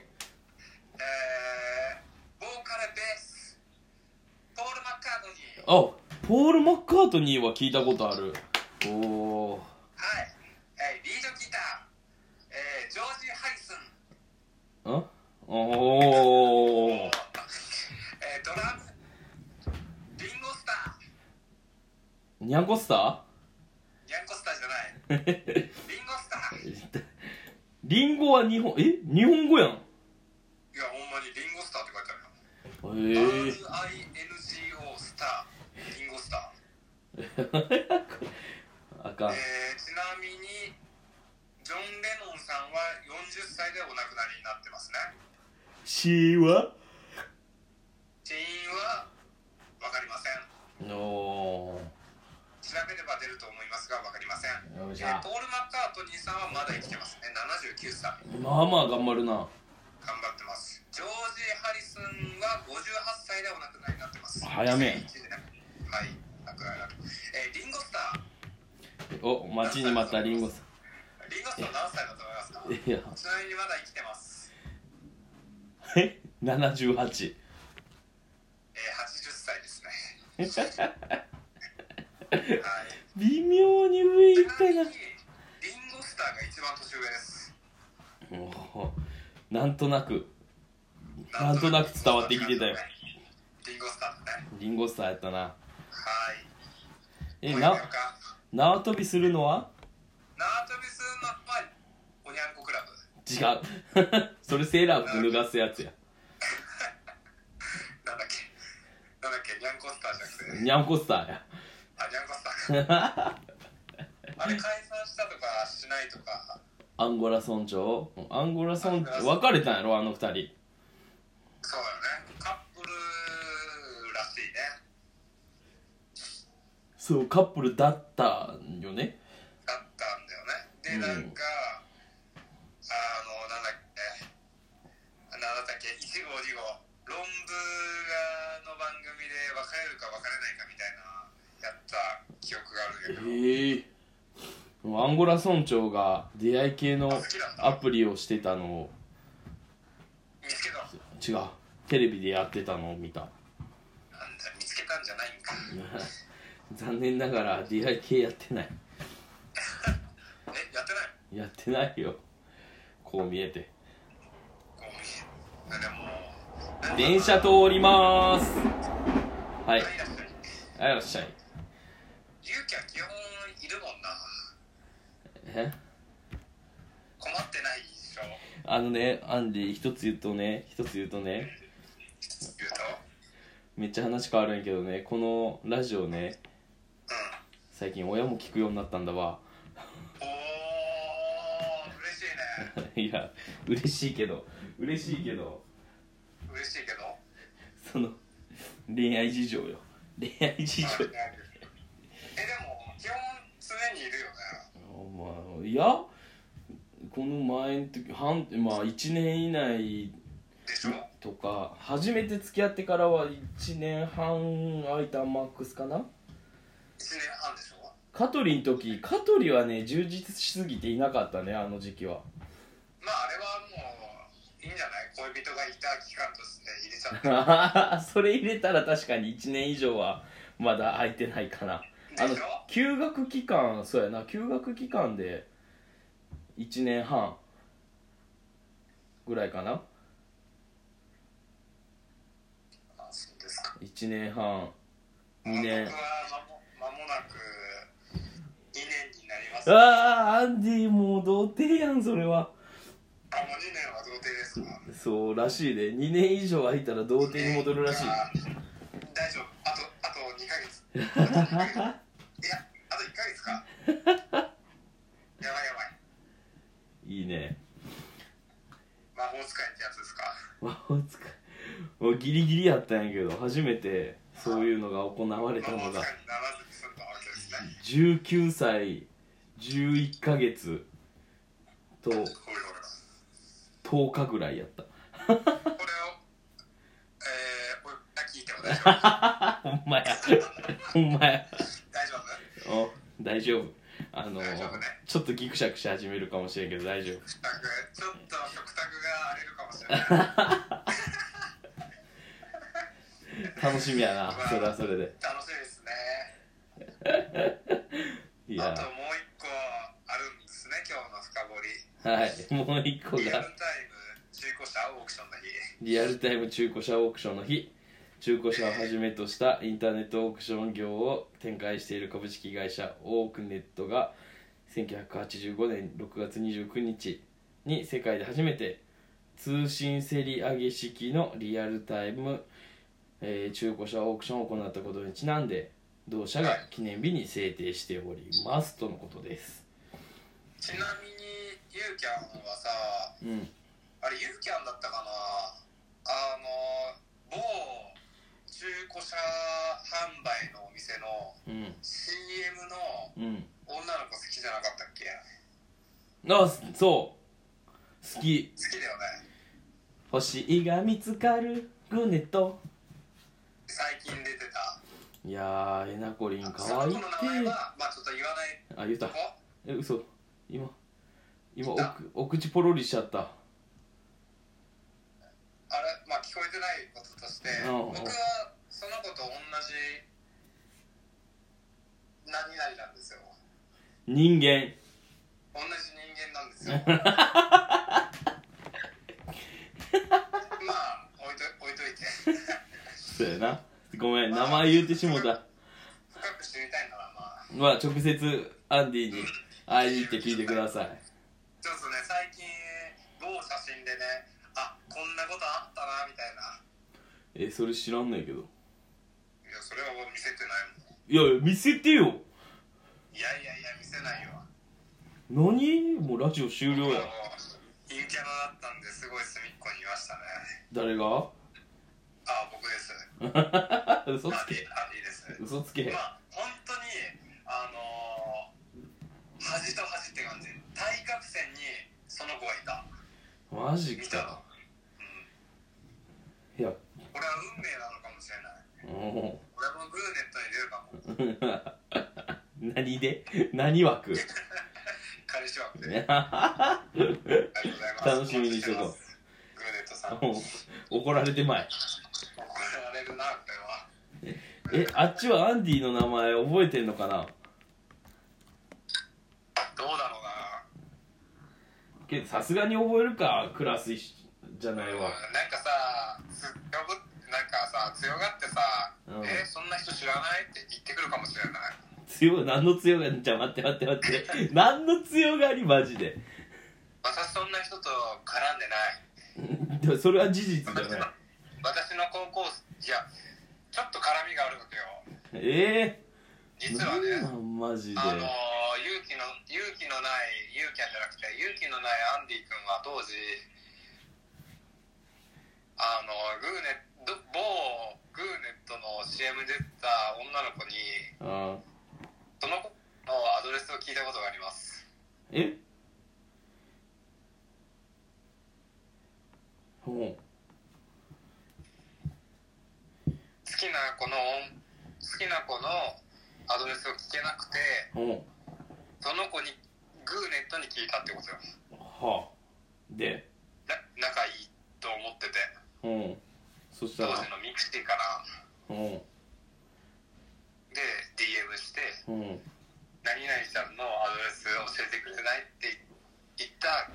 Speaker 2: スポール・マッカートニー
Speaker 1: あポール・マッカートニーは聞いたことあるおお
Speaker 2: はい、えーリードギター、えージョージ・ハリスン、
Speaker 1: ーんお お
Speaker 2: えードラムリンゴスター
Speaker 1: ニャンコスタ
Speaker 2: ヤンコスターじゃない
Speaker 1: ー
Speaker 2: リンゴスターい
Speaker 1: リンゴは日本え日本語やんへ
Speaker 2: やほんまにリンゴスターって書いてあるよ
Speaker 1: え
Speaker 2: RINGO スターリンゴスター、
Speaker 1: あか
Speaker 2: え
Speaker 1: ん
Speaker 2: ーちなみにジョン・レノンさんは40歳でお亡くなりになってますね
Speaker 1: 死は
Speaker 2: 死因は分かりません
Speaker 1: お
Speaker 2: 調べれば出ると思いますが分かりません、え
Speaker 1: ーよいし
Speaker 2: ー
Speaker 1: ょ
Speaker 2: ポール・マッカートニーさんはまだ生きてますね79歳
Speaker 1: まあまあ頑張るな
Speaker 2: 頑張ってますジョージ・ハリスンは58歳でお亡くなりになってます
Speaker 1: 早め
Speaker 2: 2001年はい亡くなられたえーリンゴスター
Speaker 1: お待ちに待ったリンゴさ
Speaker 2: リンゴさん何歳だと思いますか
Speaker 1: んいや
Speaker 2: ちなみにまだ生きてます。
Speaker 1: え78
Speaker 2: えー、80歳です ね。はい。
Speaker 1: 微妙に上
Speaker 2: ち
Speaker 1: いっ
Speaker 2: な
Speaker 1: た
Speaker 2: みに
Speaker 1: な
Speaker 2: リンゴスターが一番年上です。
Speaker 1: もうなんとなくなんとなく伝わってきてたよ
Speaker 2: リンゴスターだね。
Speaker 1: リンゴスターやったな
Speaker 2: はい。
Speaker 1: え
Speaker 2: もうやめよ
Speaker 1: な
Speaker 2: うか
Speaker 1: 縄跳びするのは
Speaker 2: 縄跳びするのはまあおにゃんこクラブ。
Speaker 1: 違う それセーラーぶるがすやつや
Speaker 2: なんだっけなんだっけにゃんこスターじゃなくて。
Speaker 1: にゃんこスターや
Speaker 2: あ、にゃんこスター か。あれ解散したとかしないとか。
Speaker 1: アンゴラ村長アンゴラ村長別れたんやろあの二人
Speaker 2: そうだよね。カップルらしいね。
Speaker 1: そうカップルだったんよね
Speaker 2: だったんだよねで
Speaker 1: う
Speaker 2: な
Speaker 1: ん
Speaker 2: んか、あのなんだっけなんだったっけ1号2号論文がの番組で別れるか別れないかみたいなやった記憶があるんだけど、
Speaker 1: ええアンゴラ村長が出会い系のアプリをしてたのを
Speaker 2: 見つけた
Speaker 1: 違うテレビでやってたのを見た
Speaker 2: なんだ見つけたんじゃないんか
Speaker 1: 残念ながら出会い系やってない
Speaker 2: えやってない
Speaker 1: やってないよこう見えて
Speaker 2: ゴミでも
Speaker 1: 電車通りまーすは
Speaker 2: は
Speaker 1: い
Speaker 2: いいらっしゃい
Speaker 1: あいらっしゃい
Speaker 2: 勇気は基本いるもんな
Speaker 1: え
Speaker 2: 困ってないでしょ
Speaker 1: あのねアンディ一つ言うとね一つ言うとね
Speaker 2: 言うと
Speaker 1: めっちゃ話変わるんやけどねこのラジオね
Speaker 2: うん
Speaker 1: 最近親も聞くようになったんだわ
Speaker 2: おお嬉しいね
Speaker 1: いや嬉しいけど嬉しいけど
Speaker 2: 嬉しいけど
Speaker 1: その恋愛事情よ恋愛事情
Speaker 2: えでも基本常にいるよね
Speaker 1: まあいやこの前の時半まあ1年以内
Speaker 2: でしょ
Speaker 1: とか初めて付き合ってからは1年半空いたマックスかな
Speaker 2: 1年半でしょ
Speaker 1: カトリの時カトリはね充実しすぎていなかったねあの時期は
Speaker 2: まああれはもういいんじゃない恋人がいた期間として入れちゃった
Speaker 1: あーそれ入れたら確かに1年以上はまだ空いてないかなあの
Speaker 2: でしょ
Speaker 1: 休学期間そうやな休学期間で1年半ぐらいかな
Speaker 2: あそうですか
Speaker 1: 1年半
Speaker 2: まあ
Speaker 1: 2
Speaker 2: 僕は間も
Speaker 1: 年
Speaker 2: 間もなく2年になりますあ
Speaker 1: あーアンディもう童貞やんそれは
Speaker 2: もう2年は童貞ですか
Speaker 1: そうらしいで2年以上空いたら童貞に戻るらしい
Speaker 2: あ大丈夫あとあと2ヶ 月あと2ヶ月いやあと1ヶ月かやばいやばい
Speaker 1: いいね
Speaker 2: 魔法使いってやつですか
Speaker 1: 魔法使いもうギリギリやったんやけど初めてそういうのが行われた
Speaker 2: 魔
Speaker 1: の
Speaker 2: 法使
Speaker 1: が
Speaker 2: いにならずに済んだわけですね
Speaker 1: 19歳11ヶ月と
Speaker 2: ほいほい
Speaker 1: 10日ぐらいやった
Speaker 2: これを、えー、俺が聞いても大丈夫
Speaker 1: ほんまやほんまや
Speaker 2: 大丈夫
Speaker 1: お大丈夫あの
Speaker 2: 大丈夫ね
Speaker 1: ちょっとギクシャクし始めるかもしれんけど大丈夫
Speaker 2: 食卓ちょっと食卓が荒れるかもしれない
Speaker 1: 楽しみやなそれはそれで
Speaker 2: 楽しみですねあともう一個あるんで
Speaker 1: いや
Speaker 2: すね今日の深掘り
Speaker 1: はいもう一個
Speaker 2: リア
Speaker 1: が
Speaker 2: ルタイム中古車オークションの日
Speaker 1: リアルタイム中古車オークションの日中古車をはじめとしたインターネットオークション業を展開している株式会社オークネットが1985年6月29日に世界で初めて通信競り上げ式のリアルタイム、えー中古車オークションを行ったことにちなんで同社が記念日に制定しておりますとのことです
Speaker 2: ちなみにユーキャンはさ
Speaker 1: うん
Speaker 2: あれユーキャンだったかなあの某中古車販売のお店の
Speaker 1: うん
Speaker 2: CM の
Speaker 1: うん
Speaker 2: 女の子好きじゃなかったっけ
Speaker 1: あそう
Speaker 2: 好き
Speaker 1: 好き
Speaker 2: だよね
Speaker 1: 星が見つかるグネット
Speaker 2: 最近出てた
Speaker 1: いやーえなこりん
Speaker 2: そ
Speaker 1: か
Speaker 2: の
Speaker 1: わい
Speaker 2: 子
Speaker 1: いっ
Speaker 2: の
Speaker 1: て
Speaker 2: 名前は、まあ、ちょっと言わない
Speaker 1: あ言った
Speaker 2: とこ
Speaker 1: え嘘今今お
Speaker 2: 言った
Speaker 1: くお口ポロリしちゃった
Speaker 2: あれ、まあ、聞こえてないこととして
Speaker 1: うん
Speaker 2: 僕はその子と同じ何々なんですよ
Speaker 1: 人間
Speaker 2: 同じ人間なんです よまあ置いと置いといて
Speaker 1: そうやなごめん名前言ってしもた
Speaker 2: 深く知りたいならまあ
Speaker 1: まあ直接アンディに会いに行って聞いてください
Speaker 2: ちょっとね最近某写真でねあこんなことあったなみたいな
Speaker 1: えそれ知らんねんけど
Speaker 2: いやそれはもう見せてないもん
Speaker 1: いやいや見せて
Speaker 2: い
Speaker 1: よ
Speaker 2: やいやいや見せないよ
Speaker 1: 何もうラジオ終了や
Speaker 2: 陰キャラだったんですごい隅っこにいましたね
Speaker 1: 誰が
Speaker 2: あ僕です
Speaker 1: 嘘
Speaker 2: ア
Speaker 1: つ
Speaker 2: ディ
Speaker 1: け
Speaker 2: アディです
Speaker 1: 嘘つけ
Speaker 2: まあ本当にあのー端と端って感じ対角線にその子がいた
Speaker 1: マジ
Speaker 2: 見た
Speaker 1: か
Speaker 2: うん
Speaker 1: いや
Speaker 2: 俺は運命なのかもしれない
Speaker 1: も
Speaker 2: 俺もグーネットに出るかも
Speaker 1: う 何で何枠
Speaker 2: 彼氏枠でありがとうございます
Speaker 1: 楽しみにしてこう
Speaker 2: グーネットさん怒
Speaker 1: もう怒られてまい
Speaker 2: られるなこれは
Speaker 1: えあっちはアンディの名前覚えてんのか
Speaker 2: ど
Speaker 1: な
Speaker 2: うだろうな
Speaker 1: けどさすがに覚えるかクラス一緒じゃないわ
Speaker 2: なんかさ強ぶなんかさ強がってさ、
Speaker 1: うん
Speaker 2: えそんな人知らないって言ってくるかもしれない
Speaker 1: 強い何の強がりじゃあ待って待って待って何の強がりマジで
Speaker 2: 私そんな人と絡んでない
Speaker 1: でもそれは事実じゃない
Speaker 2: 私の高校生いやちょっと絡みがあるわけよ
Speaker 1: ええ
Speaker 2: 実はね
Speaker 1: なんマジで
Speaker 2: あのー勇気の勇気のない勇気じゃなくて勇気のないアンディ君は当時あのグーネット某グーネットの CM に出てた女の子に
Speaker 1: あ
Speaker 2: その子のアドレスを聞いたことがあります
Speaker 1: えほ
Speaker 2: 好きな子の好きな子のアドレスを聞けなくて
Speaker 1: うほ
Speaker 2: その子にグーネットに聞いたってことよ
Speaker 1: うはあで
Speaker 2: な仲いいと思ってて
Speaker 1: ほうそし
Speaker 2: 当
Speaker 1: たら
Speaker 2: 時のミクシィから
Speaker 1: ほ
Speaker 2: で DM して
Speaker 1: うほ
Speaker 2: 「何々ちゃんのアドレス教えてくれない?」って言った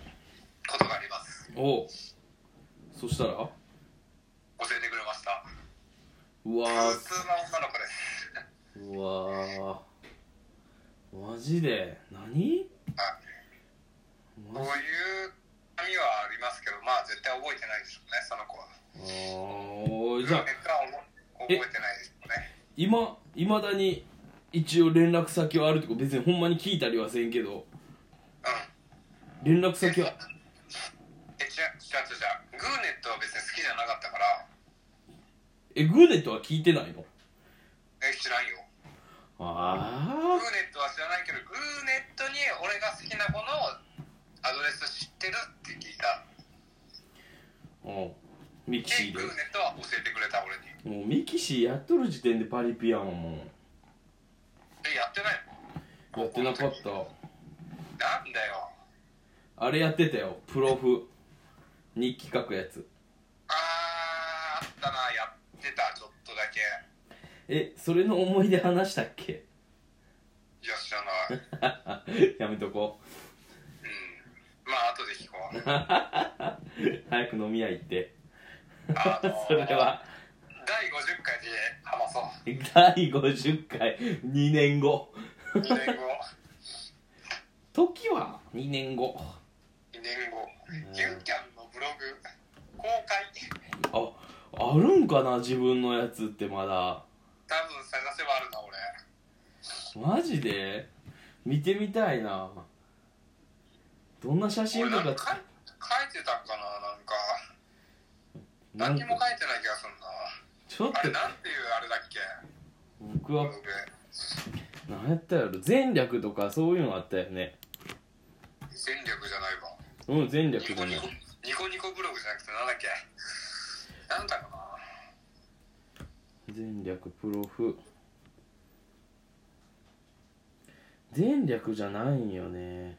Speaker 2: ことがあります
Speaker 1: うおうそしたら
Speaker 2: 教えてくれました
Speaker 1: うわー
Speaker 2: 普通の女の子です
Speaker 1: うわーマジで何
Speaker 2: はい
Speaker 1: マ
Speaker 2: こういう髪はありますけどまあ絶対覚えてないでしょうねその子は
Speaker 1: ジあーおいじゃあ
Speaker 2: 結果は覚えてないですよね
Speaker 1: 今いまだに一応連絡先はあるとか別にほんまに聞いたりはせんけ
Speaker 2: う
Speaker 1: ど
Speaker 2: ん
Speaker 1: 連絡先は
Speaker 2: え違う違う違う違うグーネットは別に好きじゃなかったから
Speaker 1: えグーネットは聞いてないの
Speaker 2: え知らんよグ
Speaker 1: あ
Speaker 2: ーネットは知らないけどグーネットに俺が好きな子のアドレス知ってるって聞いた
Speaker 1: あうんミキシ
Speaker 2: で
Speaker 1: ーで
Speaker 2: グーネットは教えてくれた俺に
Speaker 1: もうミキシーやっとる時点でパリピやんも
Speaker 2: えやってない
Speaker 1: う
Speaker 2: の
Speaker 1: やってなかっ
Speaker 2: 高校の時
Speaker 1: た
Speaker 2: なんだよ
Speaker 1: あれやってたよプロフ日記書くやつ
Speaker 2: あーあったなやってたちょっとだけい
Speaker 1: えそれの思い出話したっけ
Speaker 2: や知らない
Speaker 1: やめとこ
Speaker 2: うんまあ後で聞こう
Speaker 1: う 早く飲み屋行って
Speaker 2: あの
Speaker 1: それは
Speaker 2: 第50回で話そう
Speaker 1: 第50回2年後
Speaker 2: 2年後
Speaker 1: 時は2年後
Speaker 2: 2年後ユンキャンのブログ公開
Speaker 1: ああるんかな自分のやつってまだ
Speaker 2: 多分探せばあるな俺
Speaker 1: マジで見てみたいなどんな写真
Speaker 2: 俺
Speaker 1: と
Speaker 2: なん
Speaker 1: か
Speaker 2: か書いてたんかななんか
Speaker 1: なん
Speaker 2: 何にも書いてない気がするな
Speaker 1: ちょっと
Speaker 2: あれなんていうあれだっけ
Speaker 1: 僕
Speaker 2: ブ
Speaker 1: は
Speaker 2: ログ
Speaker 1: 何やったやろ前略とかそういうのあったよね
Speaker 2: 戦略じゃないわ
Speaker 1: うん前略
Speaker 2: ニ
Speaker 1: じ
Speaker 2: コ
Speaker 1: ゃな
Speaker 2: ニ
Speaker 1: い
Speaker 2: コニコニコブログじゃなくてなんだっけなんだろうな
Speaker 1: 前略プロフ前略じゃないんよね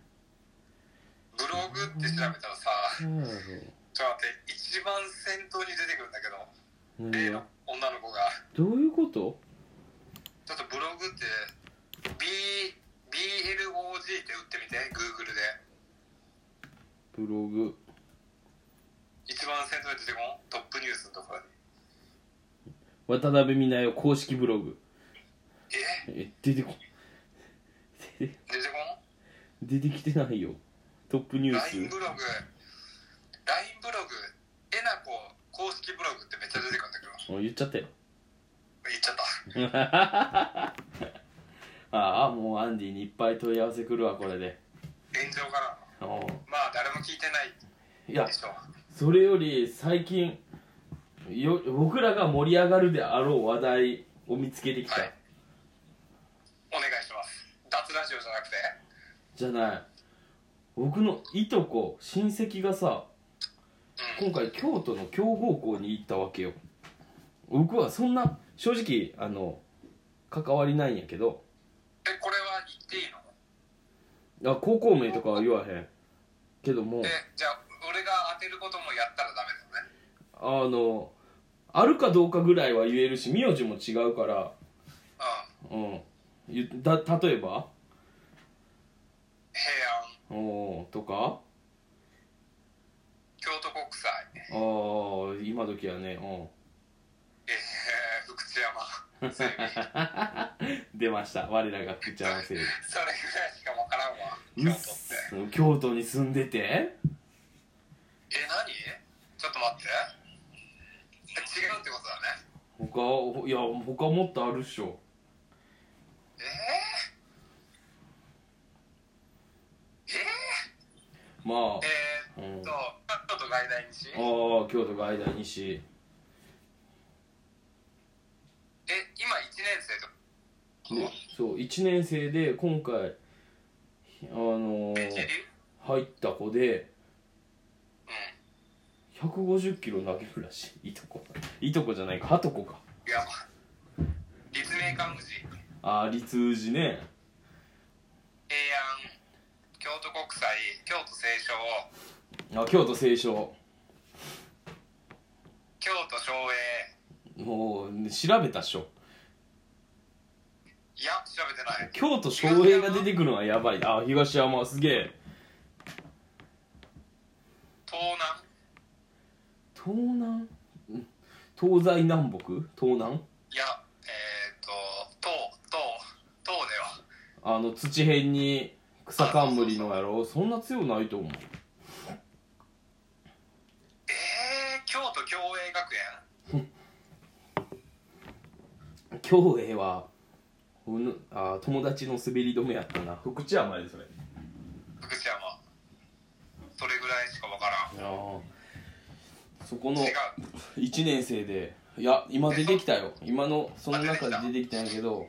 Speaker 2: ブログって調べたらさ
Speaker 1: そうやろ
Speaker 2: ちょっと待って一番先頭に出てくるんだけど例
Speaker 1: 何
Speaker 2: の
Speaker 1: が
Speaker 2: 女の子が
Speaker 1: どういうこと
Speaker 2: ちょっとブログって B BLOG って打ってみて Google で
Speaker 1: ブログ
Speaker 2: 一番先頭に出てこんトップニュースのところに
Speaker 1: 渡辺美奈代公式ブログ
Speaker 2: え
Speaker 1: え出てこ
Speaker 2: 出
Speaker 1: 出て
Speaker 2: てこん
Speaker 1: 出てきてないよトップニュー
Speaker 2: LINE
Speaker 1: ス
Speaker 2: ブログ LINE ブログえなこ公式ブログってめっちゃ出てくるんだけど
Speaker 1: もう言っちゃったよ
Speaker 2: 言っちゃった
Speaker 1: ああもうアンディにいっぱい問い合わせくるわこれで
Speaker 2: 炎上かな
Speaker 1: お
Speaker 2: まあ誰も聞いてないで
Speaker 1: ういや
Speaker 2: しょ
Speaker 1: それより最近よ僕らが盛り上がるであろう話題を見つけてきた、
Speaker 2: はいお願いします脱ラジオじゃなくて
Speaker 1: じゃない僕のいとこ親戚がさ
Speaker 2: うん
Speaker 1: 今回京都の強豪校に行ったわけよ僕はそんな正直あの関わりないんやけど
Speaker 2: えこれは言っていいの
Speaker 1: あ高校名とかは言わへんけども
Speaker 2: えじゃあ俺が当てることもやったらダメだよね
Speaker 1: あのあるかどうかぐらいは言えるし名字も違うから
Speaker 2: うん
Speaker 1: うんゆだ例えば
Speaker 2: 平安
Speaker 1: おーとか
Speaker 2: 京都国際
Speaker 1: ああ今時やね
Speaker 2: えー、福知 山整備
Speaker 1: うん出ました我らが口ち合わせる
Speaker 2: それぐらいしかわからんわ京
Speaker 1: うっ
Speaker 2: 都って
Speaker 1: そ京都に住んでて
Speaker 2: え何ちょっと待って違うってことだね
Speaker 1: 他ほいや他もっとあるっしょ
Speaker 2: えー
Speaker 1: まあ
Speaker 2: え
Speaker 1: う
Speaker 2: ー
Speaker 1: ん
Speaker 2: っと、京都外大西え、
Speaker 1: ああ京都外大西
Speaker 2: 今1年生と
Speaker 1: でそう1年生で今回あの
Speaker 2: ベジ
Speaker 1: ー
Speaker 2: リ
Speaker 1: 入った子で
Speaker 2: うん
Speaker 1: 150キロ投げるらしいいとこいとこじゃないかはとこか
Speaker 2: いやば立命館宇治
Speaker 1: ああ立宇治ね
Speaker 2: 平安京都国際京都清少
Speaker 1: あ京都清少
Speaker 2: 京都省営
Speaker 1: もう調べたっしょ
Speaker 2: いや調べてない
Speaker 1: 京都昌平が出てくるのはやばいあ東山すげえ
Speaker 2: 東南
Speaker 1: 東南ん東西南北東南
Speaker 2: いやえー、っと東東東では
Speaker 1: あの土辺に草冠のやろそんな強ないと思う
Speaker 2: えー、京都共栄学園
Speaker 1: 京栄はうぬあ友達の滑り止めやったな福知山やでそれ
Speaker 2: 福知山それぐらいしかわからん
Speaker 1: ああそこの
Speaker 2: 違う
Speaker 1: 1年生でいや今出てきたよ今のその中で出てきたんやけど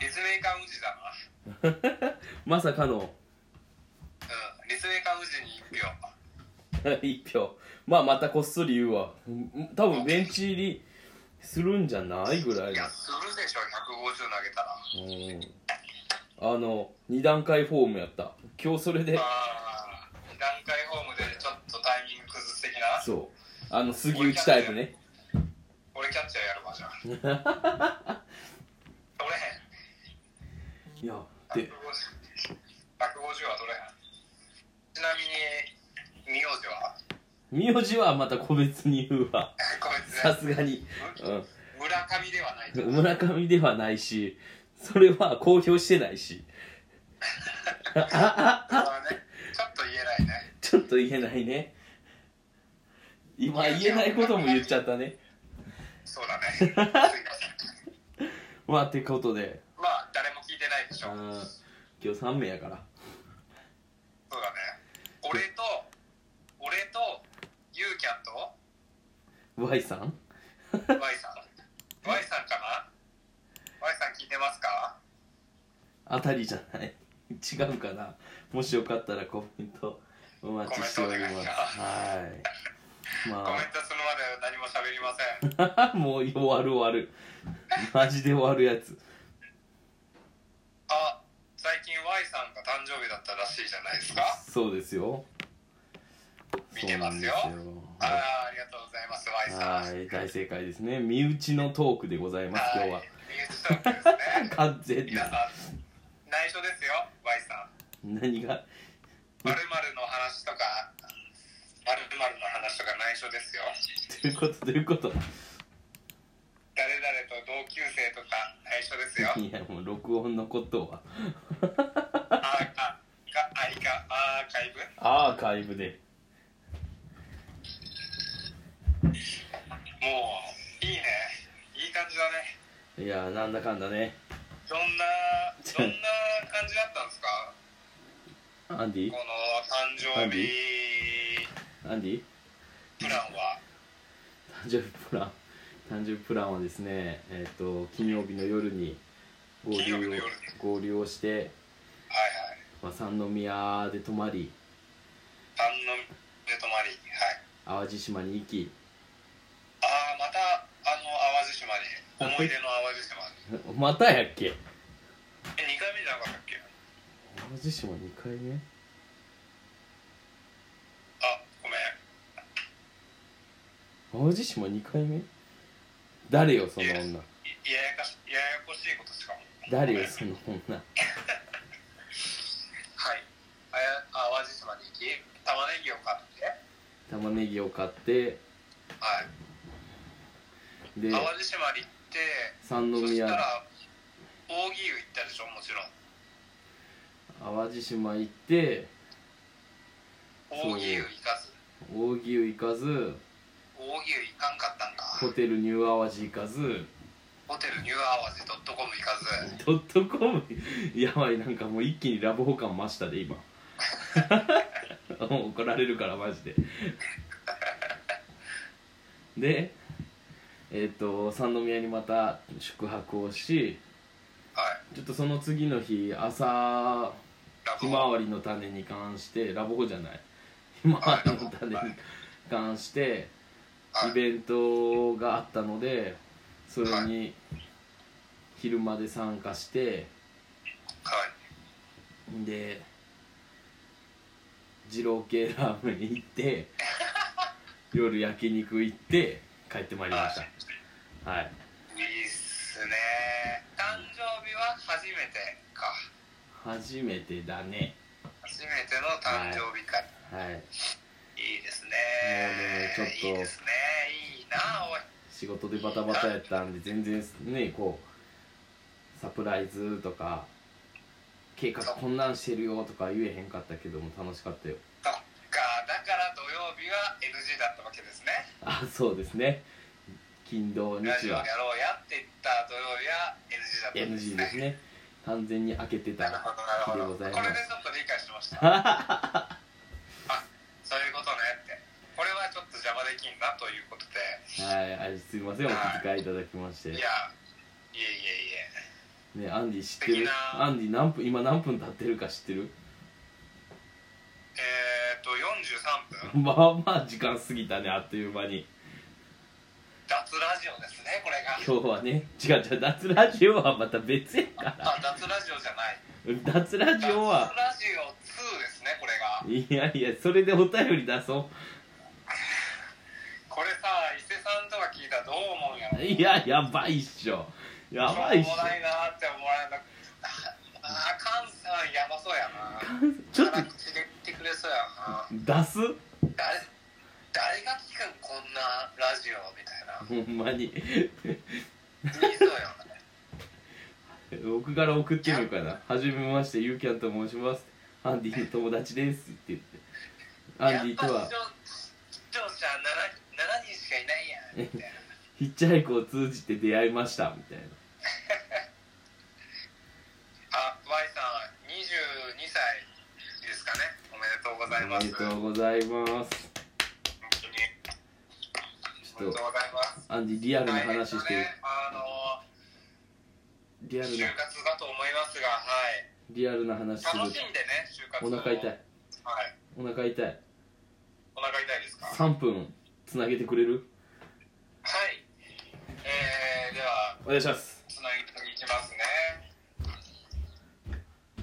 Speaker 2: 立命館宇治だな
Speaker 1: まさかの
Speaker 2: うん立命館宇治に1票
Speaker 1: 一票まあまたこっそり言うわうん多分ベンチ入りするんじゃないぐらい
Speaker 2: い
Speaker 1: の
Speaker 2: やするでしょ150投げたら
Speaker 1: うんあの2段階フォームやった今日それで
Speaker 2: ああー段階ホームでちょっとタイミング崩す的な
Speaker 1: そうあの杉打ちタイプね
Speaker 2: 俺キャッチャーやるわじゃん 取れへん
Speaker 1: いや
Speaker 2: 150 150は
Speaker 1: で
Speaker 2: 取れへんちなみに名字は
Speaker 1: 名字はまた個別に言うわ
Speaker 2: こいつ
Speaker 1: さ
Speaker 2: ね
Speaker 1: すがに、 うん
Speaker 2: 村上ではないと
Speaker 1: 村上ではないしそれは公表してないし
Speaker 2: これはねちょっと言えないね
Speaker 1: ちょっと言えないね今言えないことも言っちゃったね
Speaker 2: そうだねすいません
Speaker 1: まあってことで
Speaker 2: まあ誰も聞いてないでし
Speaker 1: あ
Speaker 2: ょ
Speaker 1: ー今日3名やから
Speaker 2: そうだね俺と俺とユーキャンと
Speaker 1: Y さん
Speaker 2: Y さん Y さんかな Y さん聞いてますか
Speaker 1: あたりじゃない違うかなもしよかったらコメントお待ちしております
Speaker 2: コメントお願いします
Speaker 1: はい
Speaker 2: コメ
Speaker 1: ま
Speaker 2: ントするまで何も喋りませ ん
Speaker 1: あもう終わる終わるマジで終わるやつ
Speaker 2: しいじゃないですか
Speaker 1: そうですよ
Speaker 2: 見てますよ
Speaker 1: そうなんですよ
Speaker 2: あ
Speaker 1: は
Speaker 2: ーありがとうございます
Speaker 1: い
Speaker 2: マイさん
Speaker 1: はい大正解ですね身内のトークでございます今日は
Speaker 2: ミュージシャンですね
Speaker 1: 完全
Speaker 2: 皆さん
Speaker 1: な
Speaker 2: 内緒ですよマイさん
Speaker 1: 何が
Speaker 2: まるの話とかまるの話とか内緒ですよ
Speaker 1: ということということ
Speaker 2: 誰々と同級生とか内緒です よ
Speaker 1: いやもう録音のことは
Speaker 2: あーかかあいかアーカイブ
Speaker 1: アーカイブで
Speaker 2: もういいねいい感じだね
Speaker 1: いやなんだかんだね
Speaker 2: どんなどんな感じだったんですか
Speaker 1: アンディ
Speaker 2: この誕生日
Speaker 1: アンディ
Speaker 2: プランは
Speaker 1: 誕生日プラン誕生日プランはですねえっ、と金曜日の夜に合
Speaker 2: 金曜日
Speaker 1: 流
Speaker 2: の
Speaker 1: を
Speaker 2: 夜
Speaker 1: 合流をして、
Speaker 2: はいはい
Speaker 1: まあ、三宮で泊まり
Speaker 2: 三ので泊まりはい
Speaker 1: 淡路島に行き
Speaker 2: ああまたあの淡路島に思い出の淡路島に
Speaker 1: またやっけ
Speaker 2: え2回目じゃなかったっけ
Speaker 1: 淡路島2回目
Speaker 2: あごめん
Speaker 1: 淡路島2回目誰よその
Speaker 2: い
Speaker 1: 女
Speaker 2: ややかしややこしいことしかもご
Speaker 1: 誰
Speaker 2: め
Speaker 1: よ
Speaker 2: ん
Speaker 1: その女
Speaker 2: はいあや淡路島に行き玉ねぎを買って
Speaker 1: 玉ねぎを買って
Speaker 2: はい
Speaker 1: で
Speaker 2: 淡路島に行って
Speaker 1: 三
Speaker 2: そした
Speaker 1: 宮
Speaker 2: ら大木湯行ったでしょもちろん
Speaker 1: 淡路島行ってそう
Speaker 2: 大木湯行かず
Speaker 1: 大木湯行か
Speaker 2: 大木
Speaker 1: ず
Speaker 2: 湯行かんかったんか
Speaker 1: ホテルニュー淡路行かず
Speaker 2: ホテルニューアワジドットコム行かず
Speaker 1: ドットコムやばいなんかもう一気にラブホ感増したで今 もう怒られるからマジででえっ、と三宮にまた宿泊をし
Speaker 2: はい
Speaker 1: ちょっとその次の日朝
Speaker 2: ラ
Speaker 1: ひ
Speaker 2: ブ
Speaker 1: ま
Speaker 2: ホ
Speaker 1: わりの種に関してラブホじゃないひまわりの種に関して
Speaker 2: はい
Speaker 1: イベントがあったのでそれ
Speaker 2: は
Speaker 1: に昼まで参加して
Speaker 2: はい
Speaker 1: で二郎系ラーメン行って 夜焼肉行って帰ってまいりましたはい
Speaker 2: いいっすね誕生日は初めてか
Speaker 1: 初めてだね
Speaker 2: 初めての誕生日会、
Speaker 1: はい
Speaker 2: い、いですね
Speaker 1: もうねちょっと
Speaker 2: いいですねいいなおい
Speaker 1: 仕事でバタバタやったんで全然ねこうサプライズとか計画こんなんしてるよとか言えへんかったけども楽しかったよ
Speaker 2: そっかだから土曜日は NG だったわけですね
Speaker 1: あそうですね金土日
Speaker 2: ラジオ
Speaker 1: は
Speaker 2: やろうやって言った土曜日は NG だったんです
Speaker 1: NG
Speaker 2: ね
Speaker 1: ですね完全に開けて
Speaker 2: なる
Speaker 1: た
Speaker 2: ほどなるほど
Speaker 1: でござい
Speaker 2: こ
Speaker 1: ます
Speaker 2: れでちょっと理解しましたあ そういうことねってこれはちょっと邪魔できんなということで
Speaker 1: はいあれすいませんお気遣いいただきまして
Speaker 2: いやいえいえいえ
Speaker 1: ねアンディ知って
Speaker 2: 素敵
Speaker 1: る
Speaker 2: な
Speaker 1: アンディ何分今何分経ってるか知っ てる
Speaker 2: えー、っと43分
Speaker 1: まあまあ時間過ぎたねあっという間に
Speaker 2: 脱ラジオですねこれが
Speaker 1: 今日はね違う違う脱ラジオはまた別やから
Speaker 2: あ脱ラジオじゃない
Speaker 1: 脱ラ
Speaker 2: 脱
Speaker 1: ジ
Speaker 2: ラジ
Speaker 1: オ
Speaker 2: オ
Speaker 1: は
Speaker 2: 2ですねこれが
Speaker 1: いやいやそれでお便り出そ
Speaker 2: これさ伊勢さんとか聞いたらどう思うんやろ
Speaker 1: ういややばいっしょやばいっし
Speaker 2: しょ
Speaker 1: ょ
Speaker 2: うもないなーって思われたああカンさんやばそうやな
Speaker 1: ちょっと
Speaker 2: 辛口で言ってくれそうやな
Speaker 1: 出す
Speaker 2: 誰誰が聞くんこんなラジオみたいな
Speaker 1: ほんまに
Speaker 2: 言いそうやん
Speaker 1: 僕から送ってみようかな「はじめましてゆうきゃんと申します」「アンディの友達です」って言ってアンディと
Speaker 2: やっ
Speaker 1: は
Speaker 2: ぱ視聴視聴者 7, 7人しかいないやんみたいな
Speaker 1: ヒッチハイクを通じて出会いましたみたいな
Speaker 2: あ Y さん22歳ですかねおめでとうござい
Speaker 1: お
Speaker 2: ま
Speaker 1: め
Speaker 2: す
Speaker 1: でとうございます
Speaker 2: 本当にお
Speaker 1: ち
Speaker 2: め
Speaker 1: ょ
Speaker 2: でと
Speaker 1: っと
Speaker 2: うございます
Speaker 1: アンディリアルな
Speaker 2: 大変だ
Speaker 1: 話してる
Speaker 2: ね、あ
Speaker 1: リア
Speaker 2: の
Speaker 1: ル
Speaker 2: 就
Speaker 1: な
Speaker 2: 活だと思いますがはい
Speaker 1: リアルな話する
Speaker 2: 楽しんでね就活
Speaker 1: お
Speaker 2: を
Speaker 1: 腹痛い
Speaker 2: はい
Speaker 1: お腹痛い
Speaker 2: お腹痛いですかは
Speaker 1: 3分つなげてくれる
Speaker 2: いえー、では
Speaker 1: お願いします
Speaker 2: つなげていきますね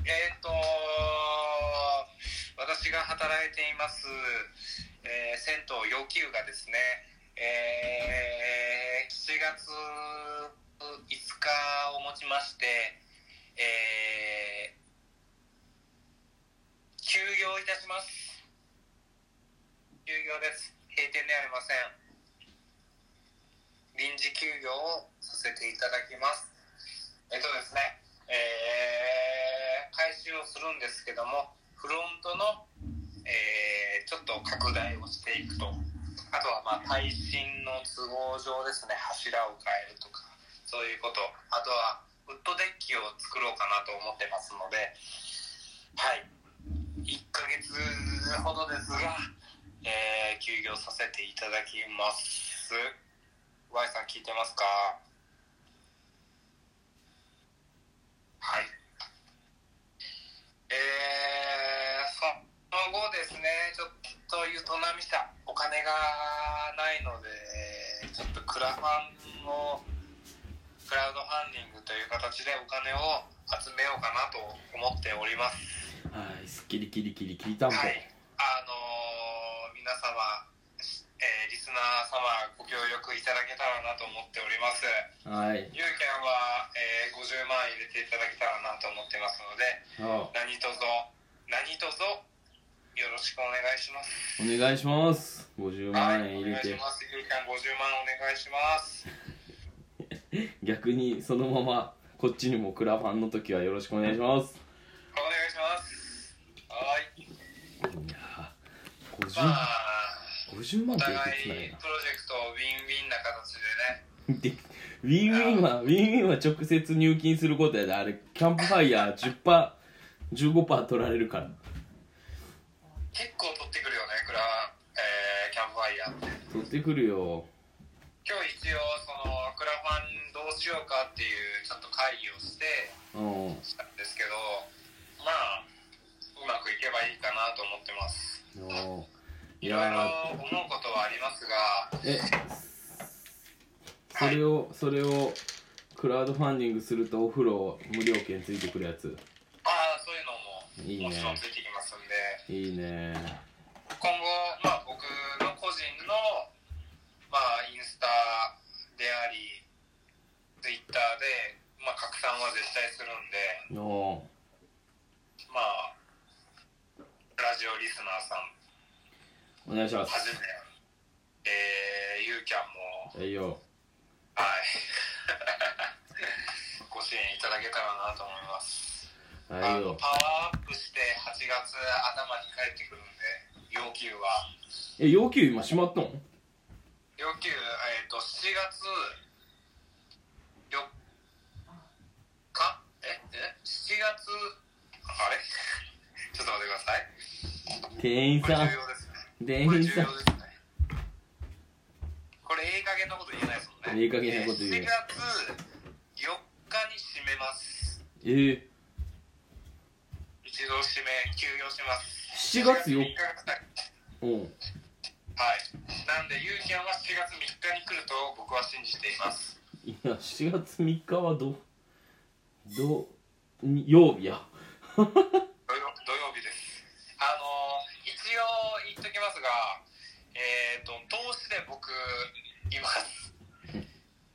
Speaker 2: えっ、ー、と働いています、えー銭湯陽気湯がですね、えー7月5日をもちまして、えー休業いたします休業です閉店ではありません臨時休業をさせていただきますえっとですね、えー回収をするんですけども、フロントの、えーちょっと拡大をしていくと、あとはまあ耐震の都合上ですね、柱を変えるとか、そういうこと、あとはウッドデッキを作ろうかなと思ってますので、はい、1ヶ月ほどですが、えー休業させていただきます。Y さん聞いてますかはい。えー、その後ですね、ちょっとゆとなみした、お金がないので、ちょっとクラファンを、クラウドファンディングという形でお金を集めようかなと思っております。
Speaker 1: はいすっきりきりきりきりたんぽ、
Speaker 2: はい、あのー皆様、えーリスナー様、ご協力いただけたらなと思っております。
Speaker 1: はい
Speaker 2: ゆうきゃんは、えー50万入れていただけたらなと思ってますので、
Speaker 1: あ
Speaker 2: 何卒何卒よろしくお願いします。
Speaker 1: お願いします50
Speaker 2: は
Speaker 1: 万
Speaker 2: い、
Speaker 1: 円
Speaker 2: お
Speaker 1: 入
Speaker 2: 願い
Speaker 1: れ
Speaker 2: してます。ゆうきゃん50万お願いします。
Speaker 1: 逆にそのままこっちにもクラファンの時はよろしくお願いします
Speaker 2: お願いします。はい。
Speaker 1: いや
Speaker 2: ま
Speaker 1: ー50
Speaker 2: あ、
Speaker 1: 50万
Speaker 2: お
Speaker 1: って
Speaker 2: 互
Speaker 1: いくつない
Speaker 2: いプロジェクトウィンウィンな形でね、
Speaker 1: なでウィンウィンはウィンウィンは直接入金することやであれキャンプファイヤー10パー15%取られるから
Speaker 2: 結構取ってくるよね、クラ、えーキャンプファイヤーって。
Speaker 1: 取ってくるよ
Speaker 2: 今日一応、その、クラファンどうしようかっていう、ちょっと会議をして、
Speaker 1: うん
Speaker 2: したんですけど、まあ、うまくいけばいいかなと思ってます。
Speaker 1: おーい
Speaker 2: いろいろ
Speaker 1: や
Speaker 2: 思うことはありますが、
Speaker 1: ーえそれをそれをクラウドファンディングするとお風呂無料券ついてくるやつ
Speaker 2: ああそういうの
Speaker 1: いい
Speaker 2: もも
Speaker 1: ね
Speaker 2: ちろんついてきますんで
Speaker 1: いいね
Speaker 2: 今後、まあ、僕の個人の、まあ、インスタでありツイッターで、まあ、拡散は絶対するんで
Speaker 1: お
Speaker 2: まあラジオリスナーさん
Speaker 1: ーお願いしま
Speaker 2: は
Speaker 1: す
Speaker 2: じめえー、ゆうきゃんも
Speaker 1: えいよ
Speaker 2: はい ご支援いただけたらなと思います
Speaker 1: え
Speaker 2: あ
Speaker 1: い
Speaker 2: の
Speaker 1: よ
Speaker 2: パワーアップして8月頭に帰ってくるんで要求は
Speaker 1: え要求今閉まったん
Speaker 2: 要求、えー、と7月4日ええ7月あれ ちょっと待ってください
Speaker 1: 店員
Speaker 2: これ
Speaker 1: さ
Speaker 2: 重要ですね
Speaker 1: ん店
Speaker 2: これ重
Speaker 1: 員さん
Speaker 2: 要ですねこれええ加減なこと言えないですもんね
Speaker 1: ええ加減なこと言え
Speaker 2: えー7月4日に閉めます
Speaker 1: えー、
Speaker 2: 一度閉め休業します
Speaker 1: 7月4日
Speaker 2: はい
Speaker 1: うん
Speaker 2: なんでゆうきゃんは7月3日に来ると僕は信じています
Speaker 1: いや7月3日はどどに曜日や
Speaker 2: 土曜土曜日ですあのー一応言っときますがえっ、と投資で僕います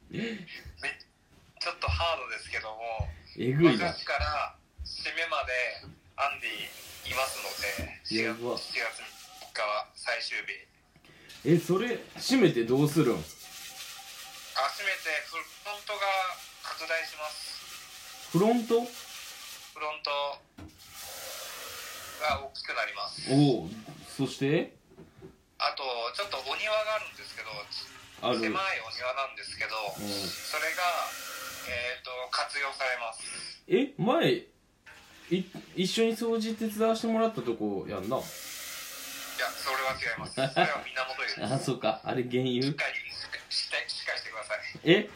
Speaker 2: めちょっとハードですけども
Speaker 1: えぐいな
Speaker 2: 昔から締めまでアンディいますので
Speaker 1: や
Speaker 2: 4
Speaker 1: ば
Speaker 2: 月7月3日は最終日
Speaker 1: えそれ閉めてどうするん
Speaker 2: あ締めてフロントが拡大します
Speaker 1: フロント
Speaker 2: フロントが大きくなります
Speaker 1: おおそして
Speaker 2: あとちょっとお庭があるんですけど
Speaker 1: あ
Speaker 2: 狭いお
Speaker 1: る
Speaker 2: 庭なんですけど、それが、えー、と活用されます
Speaker 1: え前い一緒に掃除手伝わしてもらったとこやんない
Speaker 2: やそれは違いますそれは源湯です
Speaker 1: あそうかあれ
Speaker 2: し
Speaker 1: 原
Speaker 2: っか
Speaker 1: 油
Speaker 2: りしっかりしっかりしっかりしてください
Speaker 1: え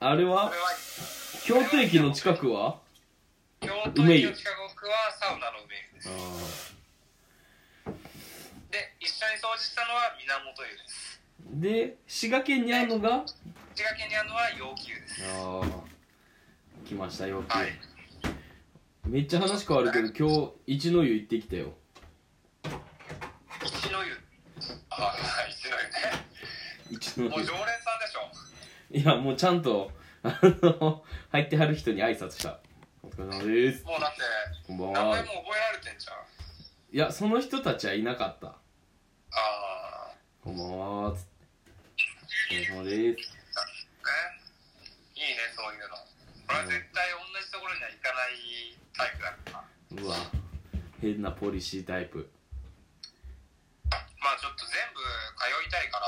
Speaker 1: あれ
Speaker 2: そ
Speaker 1: は
Speaker 2: れは
Speaker 1: 京都駅の近くは
Speaker 2: 京都駅の近くはサウナの梅湯です
Speaker 1: あ
Speaker 2: で一緒に掃除したのは源湯です
Speaker 1: ーで滋賀県にあるのが
Speaker 2: 滋賀県にあるのは陽気湯です
Speaker 1: あー来ましたよ、
Speaker 2: はい
Speaker 1: めっちゃ話変わるけど今日一の湯行ってきたよ
Speaker 2: はい、一の湯ね。も
Speaker 1: 一の
Speaker 2: う常連さんでしょ。
Speaker 1: 湯いやもうちゃんとあの入ってはる人に挨拶したお疲れ様です
Speaker 2: もうだって、
Speaker 1: こんば
Speaker 2: 名前も覚え
Speaker 1: んは
Speaker 2: られてんじゃん。
Speaker 1: いやその人たちはいなかった
Speaker 2: ああ、
Speaker 1: こんばんはつってお疲れ様です
Speaker 2: ね。いいね、そういうの。これは絶対同じところには行かないタイプだから。
Speaker 1: うわ変なポリシータイプ
Speaker 2: まあちょっと全部通いたいから、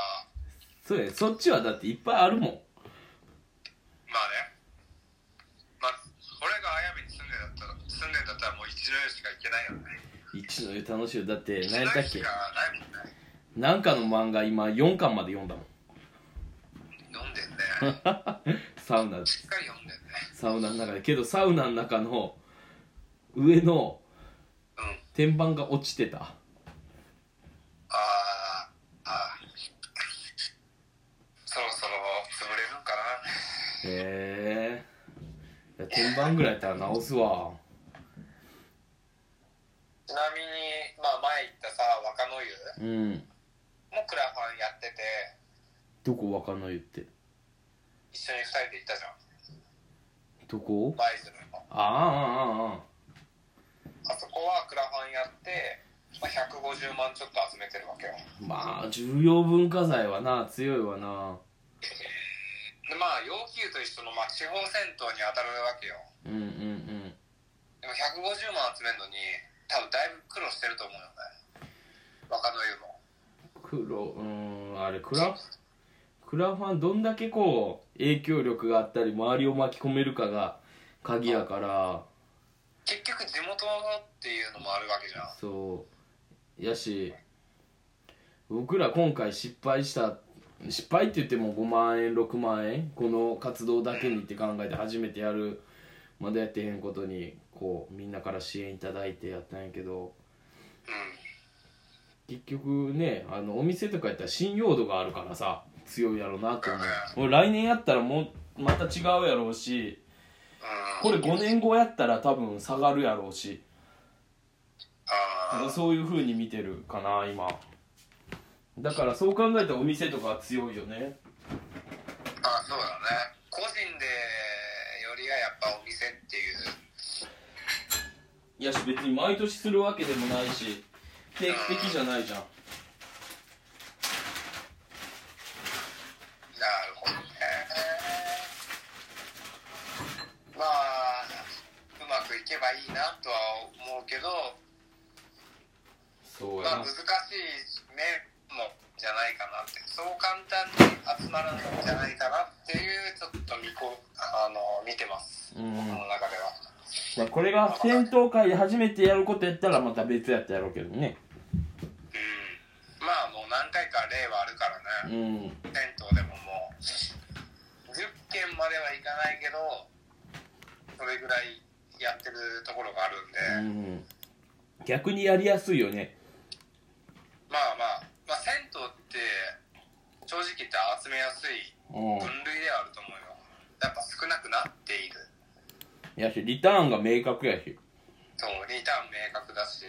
Speaker 1: そうやそっちはだっていっぱいあるもん
Speaker 2: まあね。まあ、俺が綾部に住んでたら、住んでんだったらもう一の湯しか行けないよね。
Speaker 1: 一の湯楽しいよだって
Speaker 2: 一
Speaker 1: 何
Speaker 2: の
Speaker 1: やった
Speaker 2: 湯
Speaker 1: っ
Speaker 2: し
Speaker 1: け
Speaker 2: かないもんね。
Speaker 1: なんかの漫画今4巻まで読んだもん
Speaker 2: 飲んでんね。
Speaker 1: サウナ
Speaker 2: しっかり飲んでんね。
Speaker 1: サウナの中でけどサウナの中の上の
Speaker 2: うん。
Speaker 1: 天板が落ちてた
Speaker 2: あーあーそろそろ潰れるんかな
Speaker 1: へえ天板ぐらいやったら直すわ
Speaker 2: ちなみに、まあ、前行ったさ若野湯
Speaker 1: うん
Speaker 2: もクラファンやってて
Speaker 1: どこわかんないって
Speaker 2: 一緒に2人で行ったじゃん
Speaker 1: どこ
Speaker 2: 舞鶴の
Speaker 1: あああああ
Speaker 2: あそこはクラファンやって、まあ、150万ちょっと集めてるわけよ
Speaker 1: あまあ重要文化財はな強いわな
Speaker 2: でまあ陽気湯と一緒の、まあ、地方銭湯に当たるわけよ
Speaker 1: うんうんうん
Speaker 2: でも150万集めるのに多分だいぶ苦労してると思うよね若野湯も
Speaker 1: 黒うーんあれクラクラファンどんだけこう影響力があったり周りを巻き込めるかが鍵やから
Speaker 2: 結局地元のっていうのもあるわけじゃん
Speaker 1: そうやし僕ら今回失敗した失敗って言っても5万円6万円この活動だけにって考えて初めてやるまだやってへんことにこうみんなから支援いただいてやったんやけど
Speaker 2: うん
Speaker 1: 結局ねあのお店とかやったら信用度があるからさ強いやろうなって思う俺来年やったらもうまた違うやろうしこれ5年後やったら多分下がるやろうし
Speaker 2: ああ
Speaker 1: そういう風に見てるかな今だからそう考えたらお店とかは強いよね
Speaker 2: あそうだね個人でよりはやっぱお店っていう
Speaker 1: いやし別に毎年するわけでもないし定期的じゃないじゃん
Speaker 2: なるほどねまあうまくいけばいいなとは思うけど
Speaker 1: そうや
Speaker 2: まあ
Speaker 1: な
Speaker 2: 難しい面もじゃないかなってそう簡単に集まらないんじゃないかなっていうちょっと見こあの見てます
Speaker 1: うん
Speaker 2: 僕の中では
Speaker 1: まあこれが戦闘会で初めてやることやったらまた別やったやろうけどね
Speaker 2: うんまあもう何回か例はあるからね、
Speaker 1: うん
Speaker 2: 銭湯でももう10軒まではいかないけどそれぐらいやってるところがあるんで、
Speaker 1: うん逆にやりやすいよね
Speaker 2: まあまあ、まあ、銭湯って正直言って集めやすい分類
Speaker 1: う
Speaker 2: ではあると思うよやっぱ少なくなっている
Speaker 1: んやしリターンが明確やし
Speaker 2: そうリターン明確だし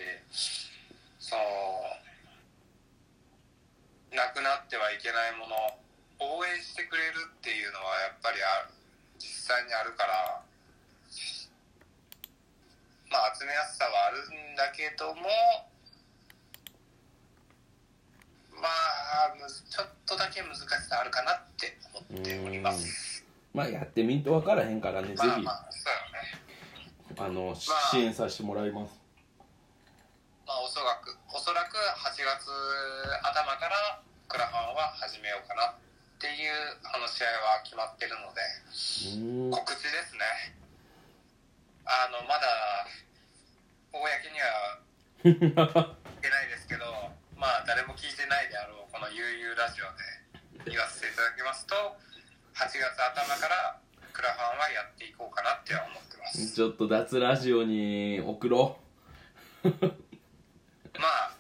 Speaker 2: そうなくなってはいけないもの応援してくれるっていうのはやっぱりある実際にあるからまあ集めやすさはあるんだけどもまあむずちょっとだけ難しさあるかなって思っております
Speaker 1: まあやってみんと分からへんからねぜひ
Speaker 2: まあまあそうだね
Speaker 1: あのし
Speaker 2: まあ
Speaker 1: 支援させてもらいます
Speaker 2: まあ、おそらくおそらく8月頭からクラファンは始めようかなっていうあの試合は決まってるので
Speaker 1: うん
Speaker 2: 告知ですねあのまだ公には 言えないですけどまあ誰も聞いてないであろうこの「ゆうゆうラジオ」で言わせていただきますと8月頭からクラファンはやっていこうかなっては思ってます
Speaker 1: ちょっと脱ラジオに送ろ
Speaker 2: まあ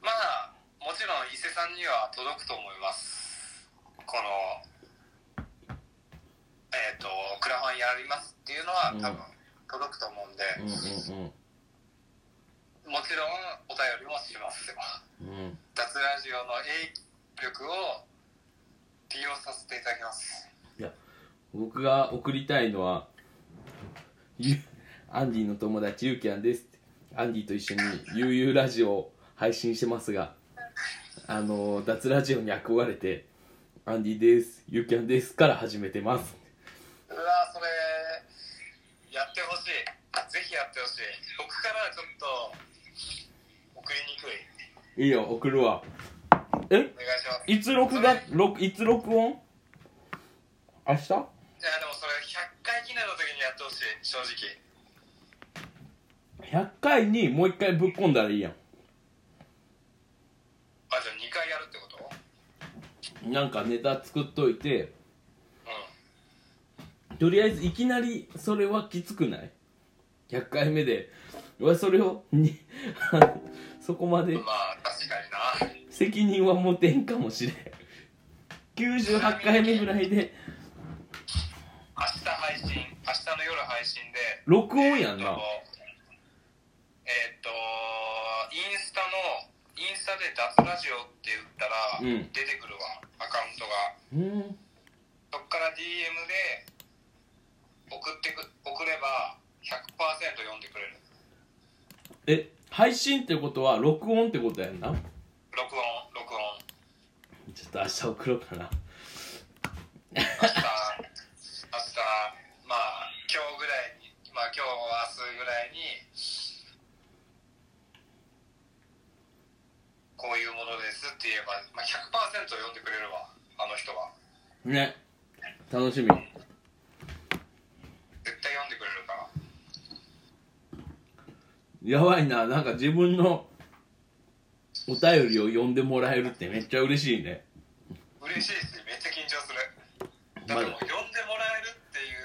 Speaker 2: まあもちろん伊勢さんには届くと思いますこのえっ、とクラファンやりますっていうのは多分届くと思うんで、
Speaker 1: う。うんうん
Speaker 2: もちろんお便りもしますよ
Speaker 1: うん。うん。
Speaker 2: 脱ラジオの影響力を利用させていただきます
Speaker 1: 僕が送りたいのは「ゆアンディの友達ゆうきゃんです」ってアンディと一緒に「ゆうゆうラジオ」を配信してますがあの脱ラジオに憧れて「アンディですゆうきゃんです」から始めてます
Speaker 2: うわそれやってほしいぜひやってほしい僕からはちょっと送りにくい
Speaker 1: いいよ送るわえ
Speaker 2: お願いします
Speaker 1: いつ録画録いつ録音明日
Speaker 2: いやでもそれ100回記念の時にやってほしい正直
Speaker 1: ?100 回にもう一回ぶっ込んだらいいや
Speaker 2: あじゃあ2回やるってことうん
Speaker 1: なんかネタ作っといて
Speaker 2: ん
Speaker 1: とりあえずいきなりそれはきつくない ?100 回目で俺それをに そこまで
Speaker 2: まあ確かにな
Speaker 1: 責任は持てんかもしれん98回目ぐらいで
Speaker 2: 明日配信明日の夜配信で
Speaker 1: 録音や
Speaker 2: えーっ
Speaker 1: んな
Speaker 2: とインスタのインスタで「脱ラジオ」って言ったら
Speaker 1: う
Speaker 2: 出
Speaker 1: ん
Speaker 2: てくるわ、アカウントが
Speaker 1: うん
Speaker 2: そっから DM で送ってく送れば100%読んでくれる
Speaker 1: え配信ってことは録音ってことやんな
Speaker 2: 録音録音
Speaker 1: ちょっと明日送ろうかな
Speaker 2: 明日明日まあ今日ぐらいにまあ今日明日ぐらいにこういうものですって言えば、まあ、100%読んでくれるわあの人は
Speaker 1: ね楽しみ
Speaker 2: 絶対読んでくれるから
Speaker 1: やばいななんか自分のお便りを読んでもらえるってめっちゃ嬉しいね
Speaker 2: 嬉しいしめっちゃ緊張するだ
Speaker 1: ま
Speaker 2: っ
Speaker 1: だ
Speaker 2: てもう読んでもらえるっていう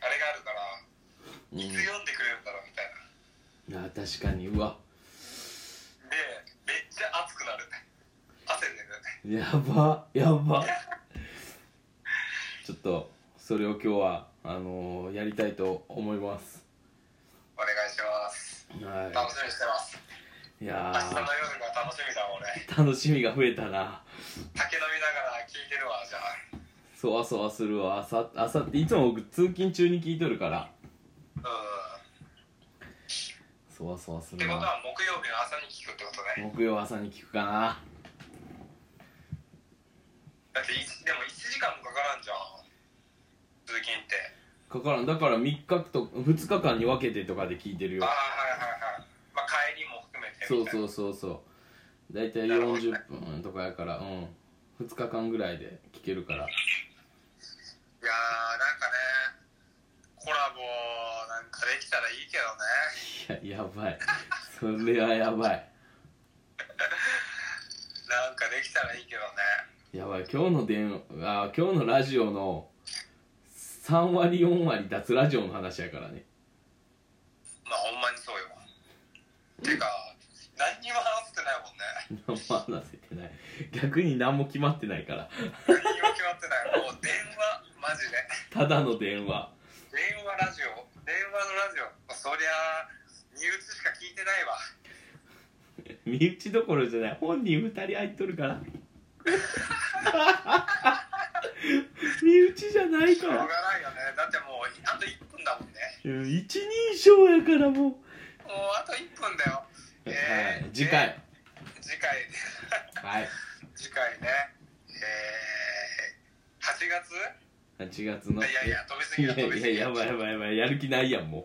Speaker 2: あれがあるから
Speaker 1: うん
Speaker 2: い
Speaker 1: い
Speaker 2: つ読んでくれるんだろうみたいな
Speaker 1: や確かにうわ
Speaker 2: でめっちゃ熱くなる汗出る
Speaker 1: やばやばちょっとそれを今日はあのーやりたいと思います
Speaker 2: お願いします楽
Speaker 1: は
Speaker 2: しみにしてます
Speaker 1: いい
Speaker 2: 明
Speaker 1: や
Speaker 2: 日の夜が楽しみだ俺
Speaker 1: ー楽しみが増えたな
Speaker 2: 酒飲みながら聞いてるわじゃあ
Speaker 1: そわそわするわあさあさっていつも僕通勤中に聞いとるから
Speaker 2: うん
Speaker 1: そわそわす
Speaker 2: って
Speaker 1: る
Speaker 2: こと
Speaker 1: な
Speaker 2: は木曜日の朝に聞くってことね
Speaker 1: 木曜朝に聞くかな
Speaker 2: だっていでも1時間もかからんじゃん通勤って
Speaker 1: かからんだから3日と2日間に分けてとかで聞いてるよ
Speaker 2: ああはいはいはいまあ帰りも含めてみたい
Speaker 1: そう
Speaker 2: な
Speaker 1: そうそうそう大体
Speaker 2: なるほどね
Speaker 1: 40分とかやからうん2日間ぐらいで聞けるから
Speaker 2: いやーなんかねコラボなんかできたらいいけどね
Speaker 1: いややばいそれはやばい
Speaker 2: なんかできたらいいけどね
Speaker 1: やばい今日の電あ今日のラジオの3割4割脱ラジオの話やからね
Speaker 2: まあほんまにそうよてか何にも話せてないもんね
Speaker 1: 何も話せてない逆に何も決まってないから
Speaker 2: 何にも決まってないもう電話マジで
Speaker 1: ただの電話
Speaker 2: 電話ラジオ電話のラジオそりゃ身内しか聞いてないわ
Speaker 1: 身内どころじゃない本人2人入っとるから身内じゃない
Speaker 2: しょ
Speaker 1: か
Speaker 2: うが
Speaker 1: ら
Speaker 2: ないよねだってもうあと1分だもんね
Speaker 1: うん一人称やからもう、
Speaker 2: もうあと1分だよえー
Speaker 1: はい次回
Speaker 2: 次回
Speaker 1: はい
Speaker 2: 次回ねえー、8月
Speaker 1: 8月の
Speaker 2: いやいや飛びすぎだ
Speaker 1: いや
Speaker 2: 飛びすぎ
Speaker 1: いややばいやばいやばいやる気ないやんも
Speaker 2: 1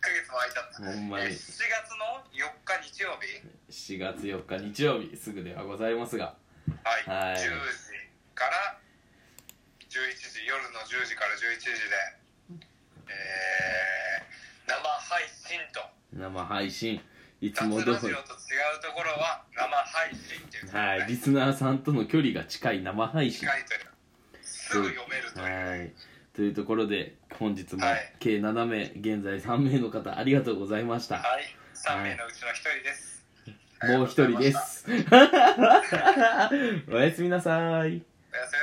Speaker 2: ヶ月も空いちゃった
Speaker 1: うほんま
Speaker 2: えー
Speaker 1: に
Speaker 2: 7月の4日日曜日
Speaker 1: 7月4日日曜日すぐではございますが
Speaker 2: はい、
Speaker 1: はい
Speaker 2: 10時から11時夜の10時から11時で、えー、生配信と
Speaker 1: 生配信いつ
Speaker 2: 雑
Speaker 1: も
Speaker 2: ラ
Speaker 1: 通
Speaker 2: ジ
Speaker 1: り
Speaker 2: オと違うところは生配信っていうことで
Speaker 1: はいリスナーさんとの距離が近い生配信
Speaker 2: 近いというすぐ読めるという、
Speaker 1: はいというところで本日も
Speaker 2: はい
Speaker 1: 計7名現在3名の方ありがとうございました
Speaker 2: はい、3名のうちの1人です、
Speaker 1: もう一人です おやすみな
Speaker 2: お
Speaker 1: さい
Speaker 2: やすみなさい